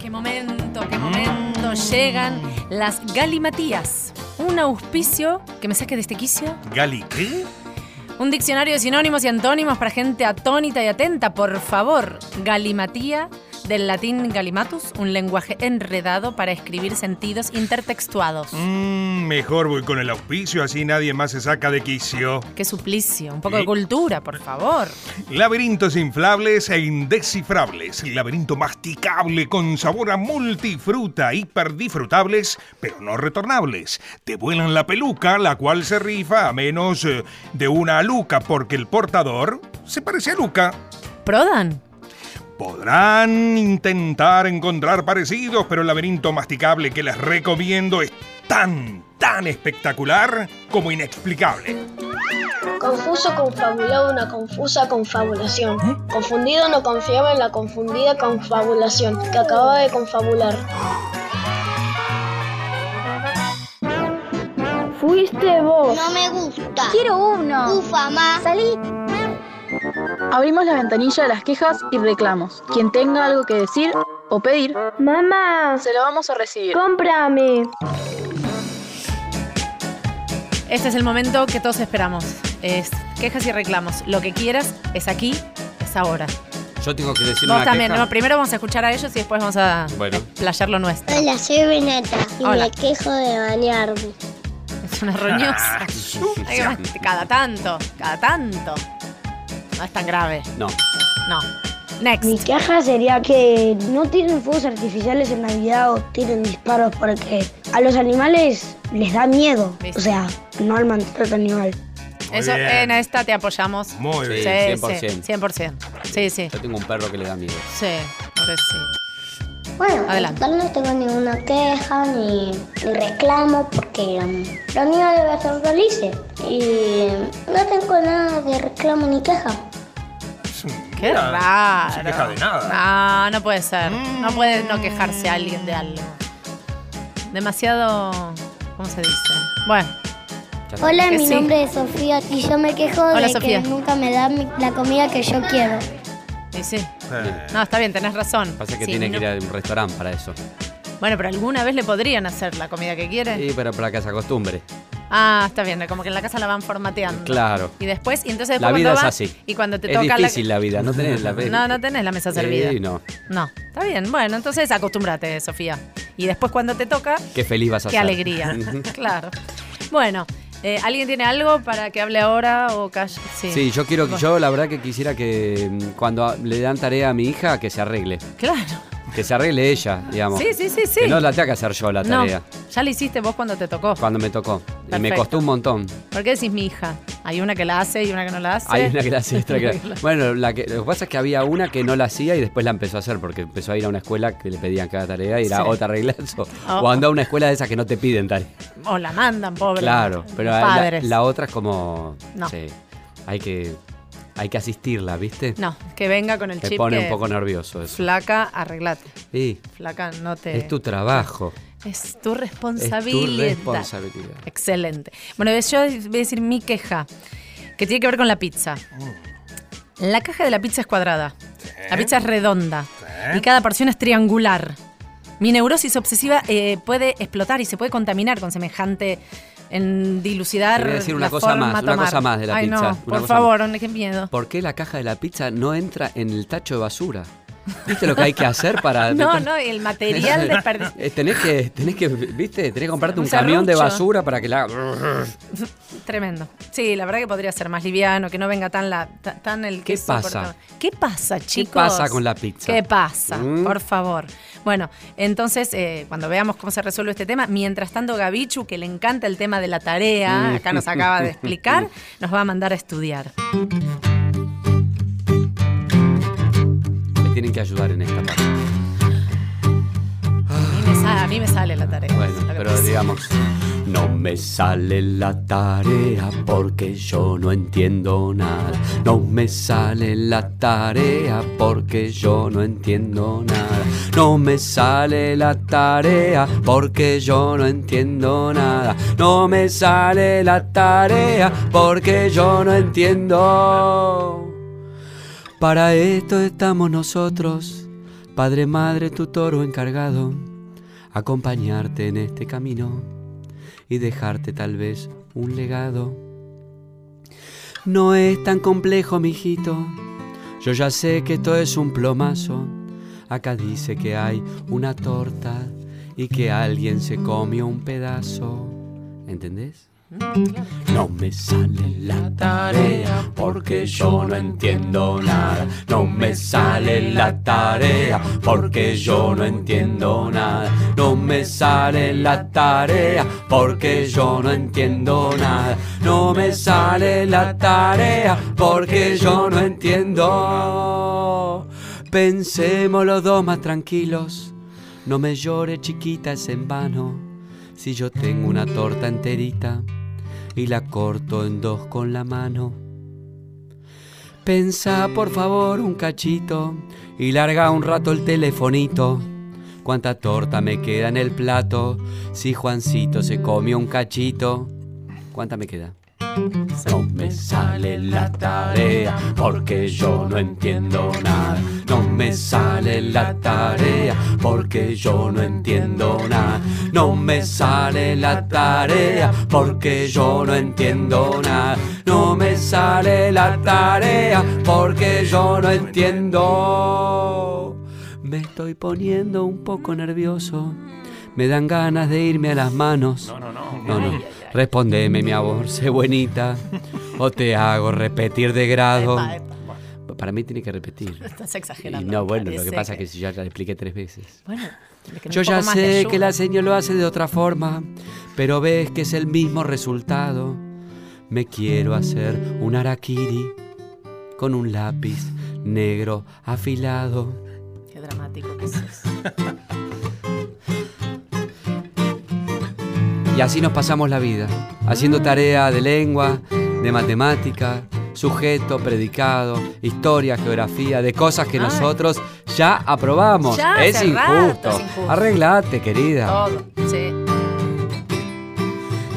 Qué momento, qué momento. Llegan las galimatías. Un auspicio que me saque de este quicio. ¿Gali qué? Un diccionario de sinónimos y antónimos para gente atónita y atenta, por favor. Galimatía, del latín galimatus, un lenguaje enredado para escribir sentidos intertextuados. Mm, mejor voy con el auspicio, así nadie más se saca de quicio. Qué suplicio. Un poco de Y- cultura, por favor. Laberintos inflables e indescifrables. Laberinto masticable con sabor a multifruta, hiperdisfrutables, pero no retornables. Te vuelan la peluca, la cual se rifa a menos eh, de una luca, porque el portador se parece a Luca. ¿Prodan? Podrán intentar encontrar parecidos, pero el laberinto masticable que les recomiendo es tan, tan espectacular como inexplicable. Confuso confabulado, una confusa confabulación. Confundido no confiaba en la confundida confabulación que acababa de confabular. Fuiste vos. No me gusta. Quiero uno. Ufa, ma. Salí. Abrimos la ventanilla de las quejas y reclamos. Quien tenga algo que decir o pedir, Mamá. se lo vamos a recibir. Cómprame. Este es el momento que todos esperamos. Es quejas y reclamos. Lo que quieras es aquí, es ahora. Yo tengo que decir Vos una también. queja. No, primero vamos a escuchar a ellos y después vamos a Bueno, playar lo nuestro. Hola, soy Benata y Hola. me quejo de bañarme. Es una Ah, roñosa. Hay que más- cada tanto, cada tanto. No es tan grave. no. No. Next. Mi queja sería que no tienen fuegos artificiales en Navidad o tienen disparos porque a los animales les da miedo. O sea, no al maltrato animal. Eso, bien. en esta te apoyamos. Muy bien. Sí, Sí, 100%. 100%. 100%. Sí, sí. Yo tengo un perro que le da miedo. Sí, pobrecito. Bueno, Adelante. total no tengo ninguna queja ni, ni reclamo porque um, los niños deben ser felices y no tengo nada de reclamo ni queja. Qué Mira, raro. no se queja de Mm. nada. No, no puede ser. No puede no quejarse a alguien de algo. Demasiado. ¿Cómo se dice? Bueno. Hola, Que mi Eh, sí. nombre es Sofía y yo me quejo Hola, de Sofía. que nunca me dan mi- la comida que yo quiero. Y sí. No, está bien, tenés razón. Pasa que Ah. Sí, tiene no- que ir a un restaurante para eso. Bueno, pero alguna vez le podrían hacer la comida que quiere. Sí, pero para que se acostumbre. Ah, está bien, como que en la casa la van formateando. Claro. Y después, y entonces después La vida cuando es vas- así. Y cuando te es toca difícil la... vida, no tenés la No, no tenés la mesa servida. Sí, no. No, está bien. Bueno, entonces acostúmbrate, Sofía. Y después cuando te toca, Qué feliz vas a qué ser. alegría. claro. Bueno, eh, ¿alguien tiene algo para que hable ahora o calle? Sí, yo quiero, Bueno. yo la verdad que quisiera que mm, cuando a- le dan tarea a mi hija, que se arregle. Claro. Que se arregle ella, digamos. Sí, sí, sí, sí. Que no la tenga que hacer yo la No, tarea. ya la hiciste vos cuando te tocó. Cuando me tocó. Y me Perfecto. costó un montón. ¿Por qué decís mi hija? Hay una que la hace y una que no la hace. Hay una que la hacía, otra que la- Bueno, la que, lo que pasa es que había una que no la hacía y después la empezó a hacer porque empezó a ir a una escuela que le pedían cada tarea y era Sí. otra reglazo. Oh. O andó a una escuela de esas que no te piden tarea. O la mandan, pobre. Claro, Los pero la, padres. la otra es como. No. sí, hay que, hay que asistirla, ¿viste? No, que venga con el Te chip. pone que un poco nervioso eso. Flaca, arreglate. Sí, Flaca, no te. es tu trabajo. Es tu Es responsabilidad. tu responsabilidad. Excelente. Bueno, yo voy a decir mi queja, que tiene que ver con la pizza. Mm. La caja de la pizza es cuadrada. La pizza es redonda. Y cada porción es triangular. Mi neurosis obsesiva eh, puede explotar y se puede contaminar con semejante en dilucidar. Te voy a decir una la cosa forma más, a una tomar. cosa más de la Ay, pizza, No, una por cosa favor, qué miedo. ¿Por qué la caja de la pizza no entra en el tacho de basura? ¿Viste lo que hay que hacer para.? No, no, el material desperdiciado. Eh, Tenés que, tenés que, viste, tenés que comprarte Un un, camión de serrucho. basura para que la. Tremendo. Sí, la verdad que podría ser más liviano, que no venga tan la ta- tan el ¿Qué queso pasa? cortado. ¿Qué pasa, chicos? pasa con la pizza? ¿Qué pasa? Mm. Por favor. Bueno, entonces, eh, cuando veamos cómo se resuelve este tema, mientras tanto Gabichu, que le encanta el tema de la tarea, Mm. acá nos acaba de explicar, nos va a mandar a estudiar. Me tienen que ayudar en esta parte. A mí me sa- a mí me sale la tarea. Bueno, Lo que pero pasa. digamos. No me sale la tarea porque yo no entiendo nada. No me sale la tarea porque yo no entiendo nada. No me sale la tarea porque yo no entiendo nada. No me sale la tarea porque yo no entiendo. Para esto estamos nosotros, Padre, Madre, tutor o encargado, acompañarte en este camino y dejarte tal vez un legado. No es tan complejo, mijito. Yo ya sé que esto es un plomazo. Acá dice que hay una torta y que alguien se comió un pedazo. ¿Entendés? No me sale la tarea porque yo no entiendo nada. No me sale la tarea porque yo no entiendo nada. No me sale la tarea porque yo no entiendo nada. No me sale la tarea porque yo no entiendo. Pensemos los dos más tranquilos. No me llore chiquita, es en vano. Si yo tengo una torta enterita y la corto en dos con la mano. Pensa por favor un cachito y larga un rato el telefonito. Cuánta torta me queda en el plato si Juancito se comió un cachito. ¿Cuánta me queda? No me sale la tarea porque yo no entiendo nada. No me sale la tarea porque yo no entiendo nada. No me sale la tarea porque yo no entiendo nada. No me sale la tarea porque yo no entiendo. Me estoy poniendo un poco nervioso. Me dan ganas de irme a las manos. No, no, no. no, Respondeme, mi amor, sé buenita. O te hago repetir de grado. Epa, epa. Para mí tiene que repetir. Estás Y exagerando. no, bueno, lo parece que pasa es que si ya la expliqué tres veces. Bueno, le querés Yo un poco ya más de sé ayuda. que la señora lo hace de otra forma, pero ves que es el mismo resultado. Me quiero hacer un araquiri con un lápiz negro afilado. Qué dramático que sos. Y así nos pasamos la vida, haciendo tarea de lengua, de matemática, sujeto, predicado, historia, geografía, de cosas que Ay. nosotros ya aprobamos. Ya es, hace injusto. rato es injusto. Oh. Arreglate, querida. Todo. Sí.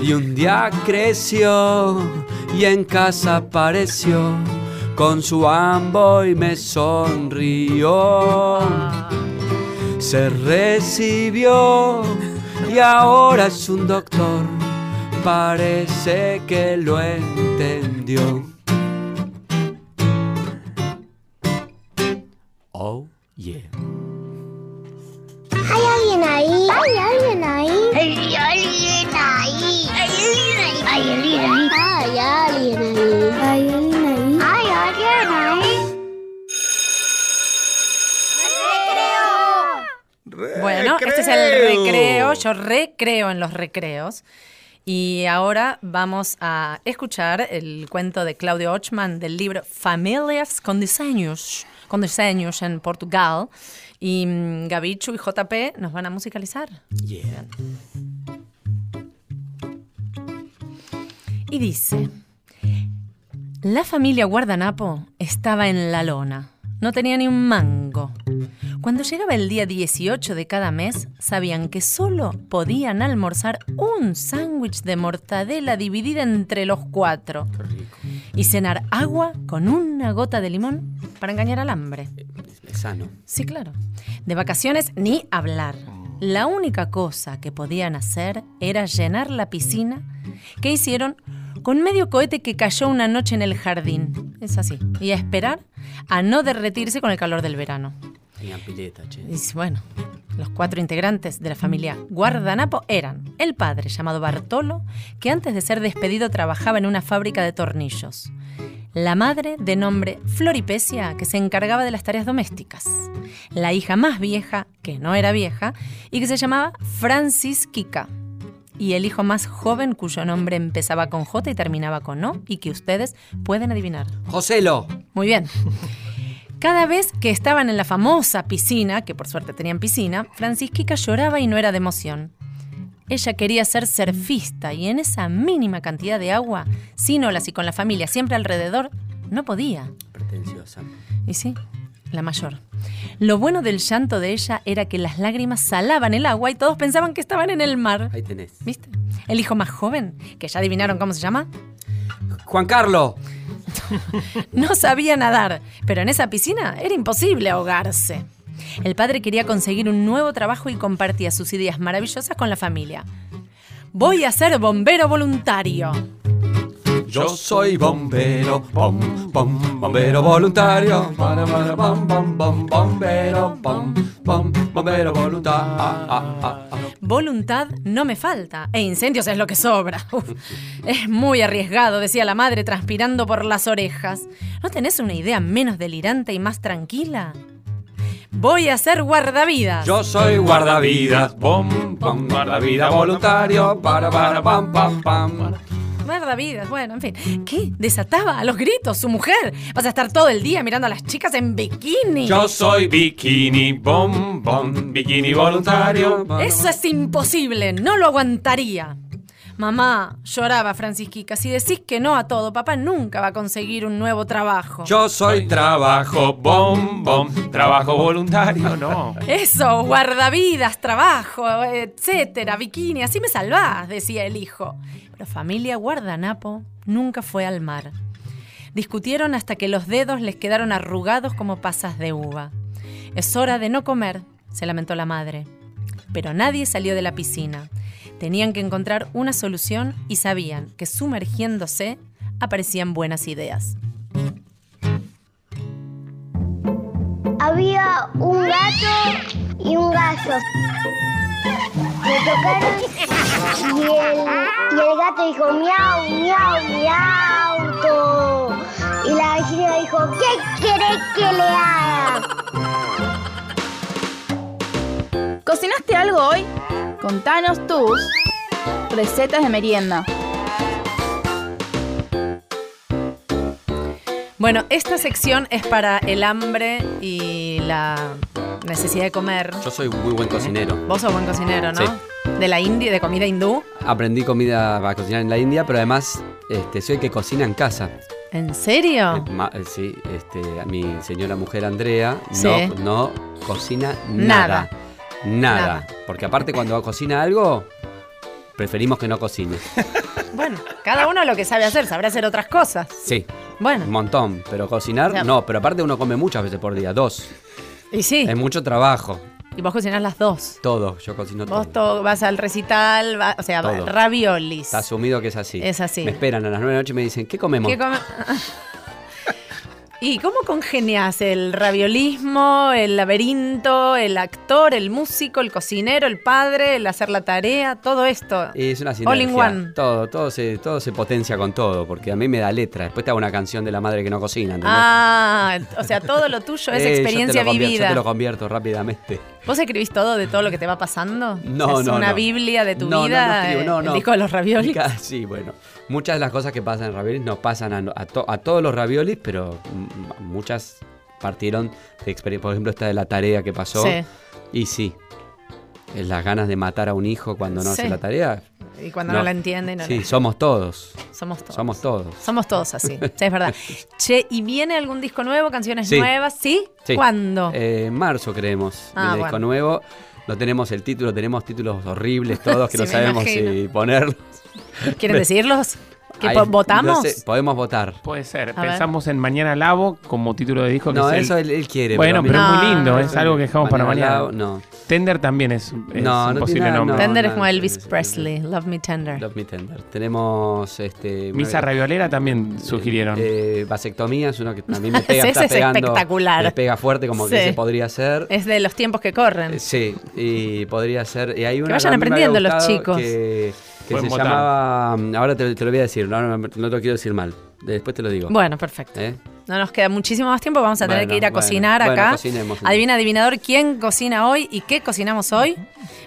Y un día creció y en casa apareció con su ambo y me sonrió. Ah. Se recibió y ahora es un doctor parece que lo entendió. Oh, yeah. ¿Hay alguien ahí? ¿Hay alguien ahí? Hay alguien ahí. Hay alguien ahí. ¿Hay alguien ahí? ¿Hay alguien ahí? ¿Hay alguien ahí? Hay alguien ahí. Bueno, este es el recreo. Yo recreo en los recreos. Y ahora vamos a escuchar el cuento de Claudio Ochman del libro Familias con diseños, con diseños en Portugal. Y mm, Gabichu y JP nos van a musicalizar. Yeah. Y dice, la familia Guardanapo estaba en la lona. No tenía ni un mango. Cuando llegaba el día 18 de cada mes, sabían que solo podían almorzar un sándwich de mortadela dividida entre los cuatro. Y cenar agua con una gota de limón para engañar al hambre. Es sano. Sí, claro. De vacaciones ni hablar. La única cosa que podían hacer era llenar la piscina que hicieron con medio cohete que cayó una noche en el jardín. Es así. Y a esperar a no derretirse con el calor del verano. Tenían pileta, che. Y s- bueno, los cuatro integrantes de la familia Guardanapo eran el padre, llamado Bartolo, que antes de ser despedido trabajaba en una fábrica de tornillos. La madre, de nombre Floripecia, que se encargaba de las tareas domésticas. La hija más vieja, que no era vieja, y que se llamaba Francis Kika. Y el hijo más joven, cuyo nombre empezaba con J y terminaba con O, y que ustedes pueden adivinar. Joselo. Muy bien. Cada vez que estaban en la famosa piscina, que por suerte tenían piscina, Francisquica lloraba y no era de emoción. Ella quería ser surfista y en esa mínima cantidad de agua, sin olas y con la familia siempre alrededor, no podía. Pretenciosa. Y sí, la mayor. Lo bueno del llanto de ella era que las lágrimas salaban el agua y todos pensaban que estaban en el mar. Ahí tenés. ¿Viste? El hijo más joven, que ya adivinaron cómo se llama, Juan Carlos. No sabía nadar, pero en esa piscina era imposible ahogarse. El padre quería conseguir un nuevo trabajo y compartía sus ideas maravillosas con la familia. Voy a ser bombero voluntario. Yo soy bombero, bom, bom, bombero voluntario, para, para, bom, bom, bom, bombero, bom, bom, bombero voluntario. Voluntad no me falta, e incendios es lo que sobra. Uf, es muy arriesgado, decía la madre transpirando por las orejas. ¿No tenés una idea menos delirante y más tranquila? Voy a ser guardavidas. Yo soy guardavidas, bom, bom, guardavidas voluntario, para, para, pam, pam, pam. Guardavidas, bueno, en fin. ¿Qué? Desataba a los gritos su mujer. Vas a estar todo el día mirando a las chicas en bikini. Yo soy bikini, bom, bom, bikini voluntario. Eso es imposible, no lo aguantaría. Mamá, lloraba Francisquica, si decís que no a todo, papá nunca va a conseguir un nuevo trabajo. Yo soy trabajo, bom, bom, trabajo voluntario, no. Eso, guardavidas, trabajo, etcétera, bikini, así me salvás, decía el hijo. Pero familia guardanapo nunca fue al mar. Discutieron hasta que los dedos les quedaron arrugados como pasas de uva. Es hora de no comer, se lamentó la madre. Pero nadie salió de la piscina. Tenían que encontrar una solución y sabían que sumergiéndose aparecían buenas ideas. Había un gato y un gallo. Se tocaron y el, y el gato dijo miau, miau, miau. to". Y la gallina dijo, ¿qué querés que le haga? ¿Cocinaste algo hoy? Contanos tus recetas de merienda. Bueno, esta sección es para el hambre y la necesidad de comer. Yo soy muy buen cocinero. Vos sos buen cocinero, ¿no? Sí. De la India, de comida hindú. Aprendí comida a cocinar en la India, pero además este, soy el que cocina en casa. ¿En serio? Ma- eh, sí, este, a mi señora mujer Andrea Sí. no, no cocina Nada. nada, nada. Porque aparte cuando cocina algo, preferimos que no cocine. Bueno, cada uno lo que sabe hacer, sabrá hacer otras cosas. Sí. Bueno. Un montón. Pero cocinar, Ya. no. Pero aparte uno come muchas veces por día, dos. Y sí, Es mucho trabajo. Y vos cocinás las dos. Todo, yo cocino todo. Vos to- vas al recital, va- o sea, va- Todo. raviolis. Está asumido que es así. Es así. Me esperan a las 9 de la noche y me dicen, ¿qué comemos? ¿Qué come- ¿Y cómo congenias el raviolismo, el laberinto, el actor, el músico, el cocinero, el padre, el hacer la tarea, todo esto? Y Es una All in sinergia. one. Todo, todo se, todo se potencia con todo, porque a mí me da letra. Después te hago una canción de la madre que no cocina. ¿entendés? Ah, o sea, todo lo tuyo es Eh, yo te lo experiencia convierto, vivida. Yo te lo convierto rápidamente. ¿Vos escribís todo de todo lo que te va pasando? No, ¿Es no, una no. biblia de tu No, no, vida? no escribo, no, el no. disco de los raviolis. Ca- Sí, bueno. Muchas de las cosas que pasan en raviolis nos pasan a, a to- a todos los raviolis, pero mm, muchas partieron de experiencia. Por ejemplo, esta de la tarea que pasó. Sí. Y sí, eh, las ganas de matar a un hijo cuando no Sí. hace la tarea. Y cuando no, la entiende, no Sí, la- somos todos. Somos todos. Somos todos. Somos todos así, sí, es verdad. Che, ¿y viene algún disco nuevo, canciones Sí. nuevas? ¿Sí? Sí. ¿Cuándo? Eh, en marzo creemos. Ah, Viene bueno. disco nuevo. No tenemos el título, tenemos títulos horribles todos Sí, que no me sabemos imagino. si ponerlos. ¿Quieren decirlos? ¿Que Ahí- po- votamos? no sé, podemos votar. Puede ser. A ver. Pensamos en Mañana Lavo como título de disco. que No, es el- eso él, él quiere. Bueno, a mí pero no. es muy lindo. No, es no, algo que dejamos para mañana. Lao, no. Tender también es, es No, un no posible tiene nada, nombre. Tender es no, como no, Elvis sí, sí, sí. Presley, Love Me Tender. Love Me Tender. Tenemos. Este, una Misa vez- Raviolera también sugirieron. eh, vasectomía es uno que a mí me pega, Ese está es pegando, espectacular. Me pega fuerte como Sí. Eh. que se podría hacer. Es de los tiempos que corren. Eh, Sí, y podría ser. Y hay una vayan a mí me había aprendiendo los gustado chicos. Que, que Pueden se votar. llamaba. mm, Ahora te, te lo voy a decir, no, no, no te lo quiero decir mal. Después te lo digo. Bueno, perfecto. ¿Eh? No nos queda muchísimo más tiempo, vamos a tener Bueno, que ir a bueno, cocinar bueno, acá. cocinemos, entonces. Adivina, adivinador, ¿quién cocina hoy y qué cocinamos hoy?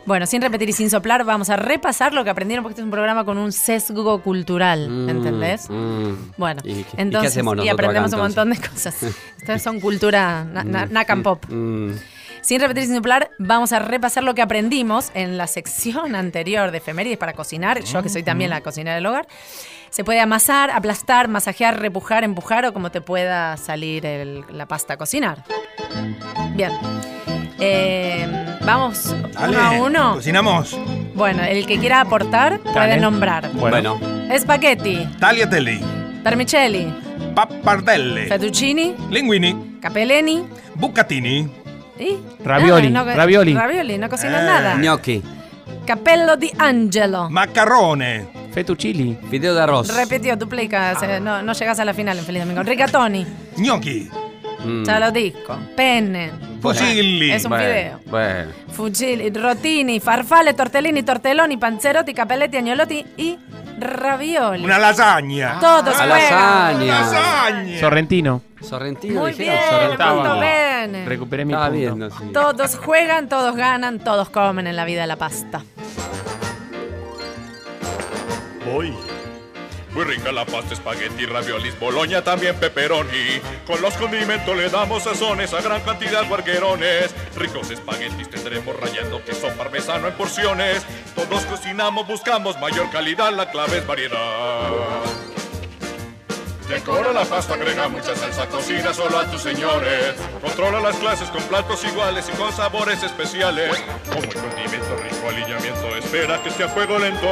Bueno, sin repetir y sin soplar, vamos a repasar lo que aprendieron, porque este es un programa con un sesgo cultural, Mm, ¿entendés? mm. Bueno, ¿Y qué- y qué entonces hacemos nosotros y acá, aprendemos un entonces? montón de cosas. Ustedes son cultura na, na- Mm, nac and pop. mm. Sin repetir y sin soplar, vamos a repasar lo que aprendimos en la sección anterior de efemérides para cocinar. Yo, que soy también la cocinera del hogar. Se puede amasar, aplastar, masajear, repujar, empujar o como te pueda salir el- la pasta a cocinar. Bien. Eh, vamos Dale, uno a uno. Cocinamos. Bueno, el que quiera aportar puede Dale. nombrar. Bueno. Spaghetti, Tagliatelli, vermicelli, pappardelle, fettuccini, linguini, capellini bucatini, y... Ravioli, no co- ravioli. Ravioli, no cocinas Eh, nada. Gnocchi, Capello di Angelo. macarrone, fettuccini, fideo de arroz, Repetido, duplicas, eh, no, no llegas a la final en Feliz Domingo. Rigatoni, gnocchi, Mm. ya lo disco. Penne, fusilli, Es un Bueno, fideo. Bueno. fusilli, rotini, farfalle, tortellini, tortelloni, panzerotti, capelletti, agnolotti y ravioli. una lasagna. Todos Ah, juegan. lasaña. Lasagna. Sorrentino. Sorrentino, Muy bien, dijeron. Sorrentaba. punto bene. Recuperé mi Estaba punto. Ah, bien, no, sí. Todos juegan, todos ganan, todos comen en la vida la pasta. Hoy. Muy rica la pasta, espagueti, raviolis, boloña, también pepperoni. Con los condimentos le damos sazones a gran cantidad de guarguerones. Ricos espaguetis tendremos rayando queso parmesano en porciones. Todos cocinamos, buscamos mayor calidad, la clave es variedad. Decora la pasta, agrega mucha salsa, cocina solo a tus señores. Controla las clases con platos iguales y con sabores especiales. Como el condimento rico, alineamiento, espera que sea a fuego lento.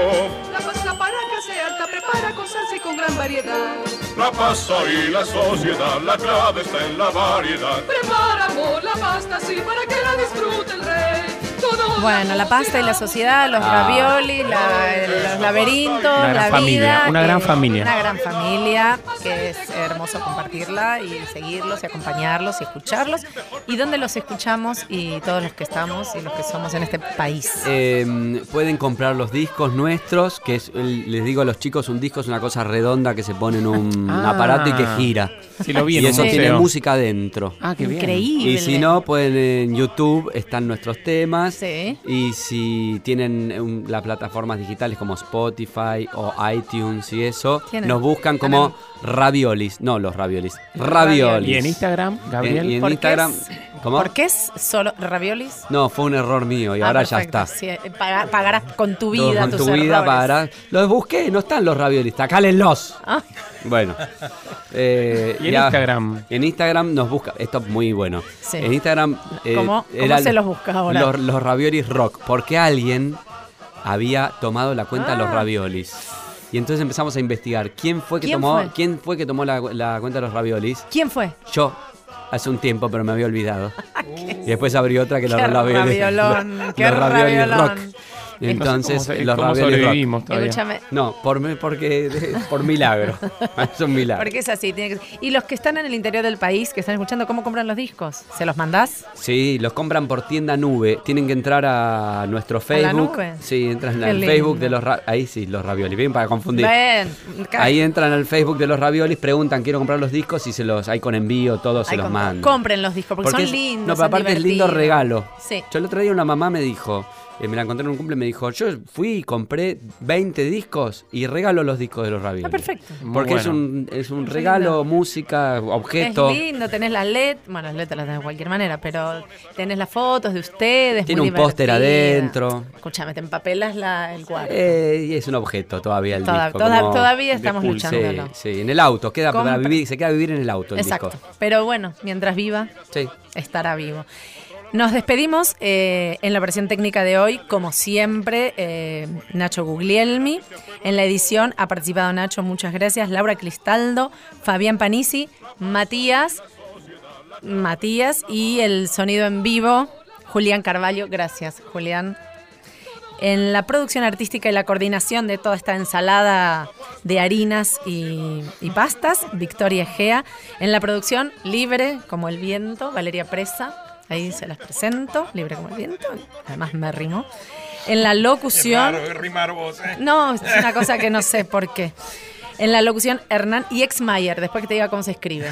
La pasta para que sea alta, prepara con salsa y con gran variedad. La pasta y la sociedad, la clave está en la variedad. Preparamos la pasta así para que la disfrute el rey. Todo Bueno, la pasta y la sociedad, los Ah. ravioli, la- los laberintos, Una gran la familia, vida. una que- gran familia. Una gran familia, que es hermoso compartirla y seguirlos y acompañarlos y escucharlos. Y donde los escuchamos y todos los que estamos y los que somos en este país. Eh, pueden comprar los discos nuestros, que es, el- les digo a los chicos, un disco es una cosa redonda que se pone en un Ah. aparato y que gira. Sí, lo vi en y un eso museo. tiene música adentro. Ah, qué bien. Increíble. Y si no, pueden en YouTube, están nuestros temas. Sí. Y si tienen un- las plataformas digitales como Spotify o iTunes y eso, Tienen- nos buscan como Raviolis. No, los Raviolis. Raviolis. Y en Instagram, Gabriel. En- y en ¿Por qué Instagram. es- ¿Cómo? ¿Por qué es solo raviolis? No, fue un error mío y Ah, ahora perfecto. ya está. Sí, eh, paga- pagarás con tu vida con tus tu vida errores. para. Los busqué, no están los raviolistas, cálenlos. Ah. Bueno. Eh, Y en ya- Instagram. En Instagram nos busca. Esto es muy bueno. Sí. En Instagram. eh, ¿Cómo- cómo era- se los busca ahora? Los, los raviolis rock. Porque alguien había tomado la cuenta de los Ah. raviolis. Y entonces empezamos a investigar quién fue que ¿Quién tomó, fue? quién fue que tomó la, la cuenta de los raviolis. ¿Quién fue? Yo. hace un tiempo, pero me había olvidado. y después abrió otra que los Qué ravioles. raviolón, los qué ravioles raviolón. rock. Entonces, Entonces, ¿cómo se- los cómo ravioles rock. sobrevivimos todavía? Escúchame. No, por, mi- porque, por milagro. es un milagro. Porque es así. tiene que- Y los que están en el interior del país, que están escuchando, ¿cómo compran los discos? ¿Se los mandás? Sí, los compran por tienda nube. Tienen que entrar a nuestro Facebook. nube? Sí, entran Qué al lindo. Facebook de los ra- ahí sí, los raviolis, bien para confundir. Ven, ca- Ahí entran al Facebook de los raviolis, preguntan, quiero comprar los discos y se los hay con envío, todos se ahí los con- mandan. Compren los discos porque, son es- lindos. No, pero son aparte es lindo divertidos. regalo. Sí. Yo el otro día una mamá me dijo, eh, me la encontré en un cumple, me dijo, yo fui, compré 20 discos y regalo los discos de los raviolis. Ah, perfecto. Muy Porque es, bueno. un, es un Qué regalo, música, objeto. Es lindo, tenés las letras, bueno, las letras las tenés de cualquier manera, pero tenés las fotos de ustedes. Tiene muy un póster divertida. adentro. Escúchame, te empapelas la, el cuarto. Eh, y es un objeto todavía el Toda- disco. toda- como- todavía estamos Sí, luchándolo. Sí, en el auto, queda para Compra- vivir, se queda a vivir en el auto el Exacto. disco. Pero bueno, mientras viva, Sí. estará vivo. Nos despedimos eh, en la versión técnica de hoy, como siempre, eh, Nacho Guglielmi. En la edición ha participado Nacho, muchas gracias. Laura Cristaldo, Fabián Panisi, Matías, Matías y el sonido en vivo, Julián Carballo. Gracias, Julián. En la producción artística y la coordinación de toda esta ensalada de harinas y, y pastas, Victoria Egea. En la producción, libre como el viento, Valeria Presa. Ahí se las presento, libre como el viento. Además me rimó. En la locución... Claro, rimar vos, eh. No, es una cosa que no sé por qué. En la locución Hernán y Exmayer, después que te diga cómo se escribe.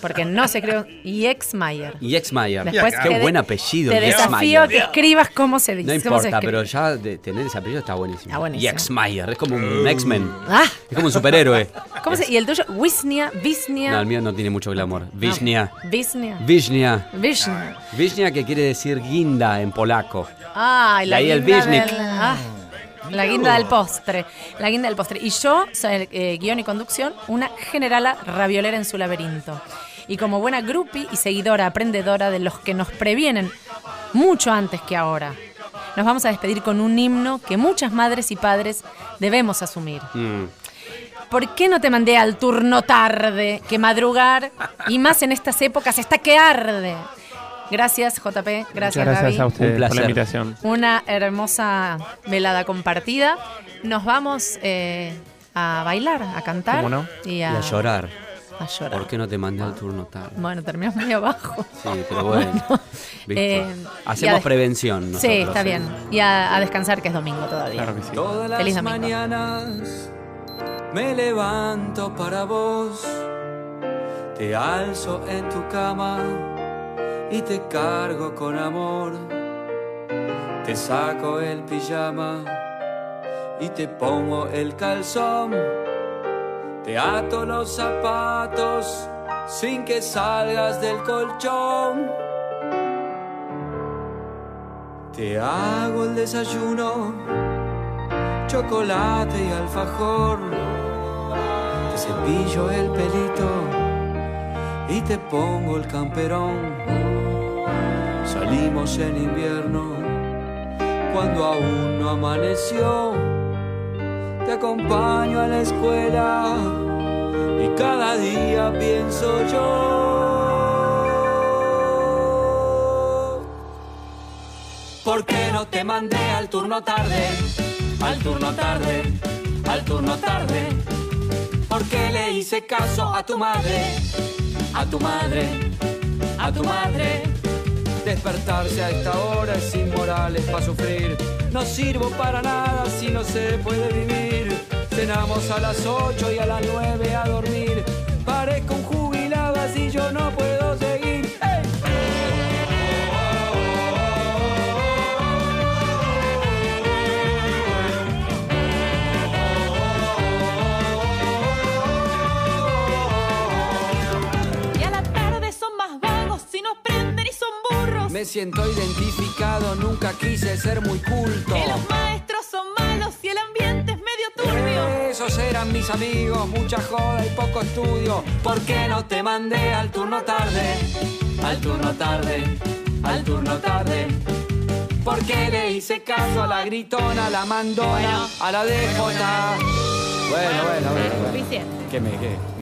Porque no se escribe y Exmayer. Y Exmayer. Después Qué que de- buen apellido, Te desafío Exmayer. que escribas cómo se dice. No cómo se importa, escribe. pero ya de tener ese apellido está buenísimo. Está buenísimo. Y Exmayer, es como un X-Men. Ah, Es como un superhéroe. ¿cómo se, ¿Y el tuyo? Wisnia, Visnia. No, el mío no tiene mucho glamour. Vishnia. Visnia. Vishnia. Vishnia. Vishnia que quiere decir guinda en polaco. Ah, y la De ahí el guinda Vishnik. del- ah, la guinda del postre. La guinda del postre. Y yo, soy, eh, guión y conducción, una generala raviolera en su laberinto. Y como buena grupi y seguidora aprendedora de los que nos previenen mucho antes que ahora, nos vamos a despedir con un himno que muchas madres y padres debemos asumir. Mm. ¿Por qué no te mandé al turno tarde? Que madrugar, y más en estas épocas, está que arde. Gracias, JP. Gracias, Muchas gracias Gaby. a ustedes Un por placer. la invitación. Una hermosa velada compartida. Nos vamos eh, a bailar, a cantar ¿Cómo no? y Y a, a llorar. a llorar. ¿Por qué no te mandé al turno tarde? Bueno, terminamos muy abajo. Sí, pero bueno. ¿viste? eh, y a Hacemos des- prevención. sí, nosotros, está ¿eh? bien. Y a, a descansar, que es domingo todavía. Claro que sí. Todas Feliz las domingo. mañanas me levanto para vos, Te alzo en tu cama y te cargo con amor. te saco el pijama y te pongo el calzón, Te ato los zapatos sin que salgas del colchón. Te hago el desayuno, chocolate y alfajor. Te cepillo el pelito y te pongo el camperón. Salimos en invierno cuando aún no amaneció. Te acompaño a la escuela y cada día pienso yo. ¿Por qué no te mandé al turno tarde? Al turno tarde, al turno tarde. ¿Por qué le hice caso a tu madre? A tu madre, a tu madre. Despertarse a esta hora es inmoral, es para sufrir. No sirvo para nada si no se puede vivir. Cenamos a las 8 y a las 9 a dormir. Parezco un jubilado así yo no puedo seguir. ¡Ey! Y a la tarde son más vagos si nos prenden y son burros. Me siento identificado, nunca quise ser muy culto. Que los maestros son malos y el ambiente es medio turbio. Esos eran mis amigos, mucha joda y poco estudio. ¿Por qué no te mandé al turno tarde? Al turno tarde, al turno tarde. ¿Por qué le hice caso a la gritona, a la mandona, a la déspota? Bueno, bueno, bueno. bueno. Suficiente. ¿Qué me qué?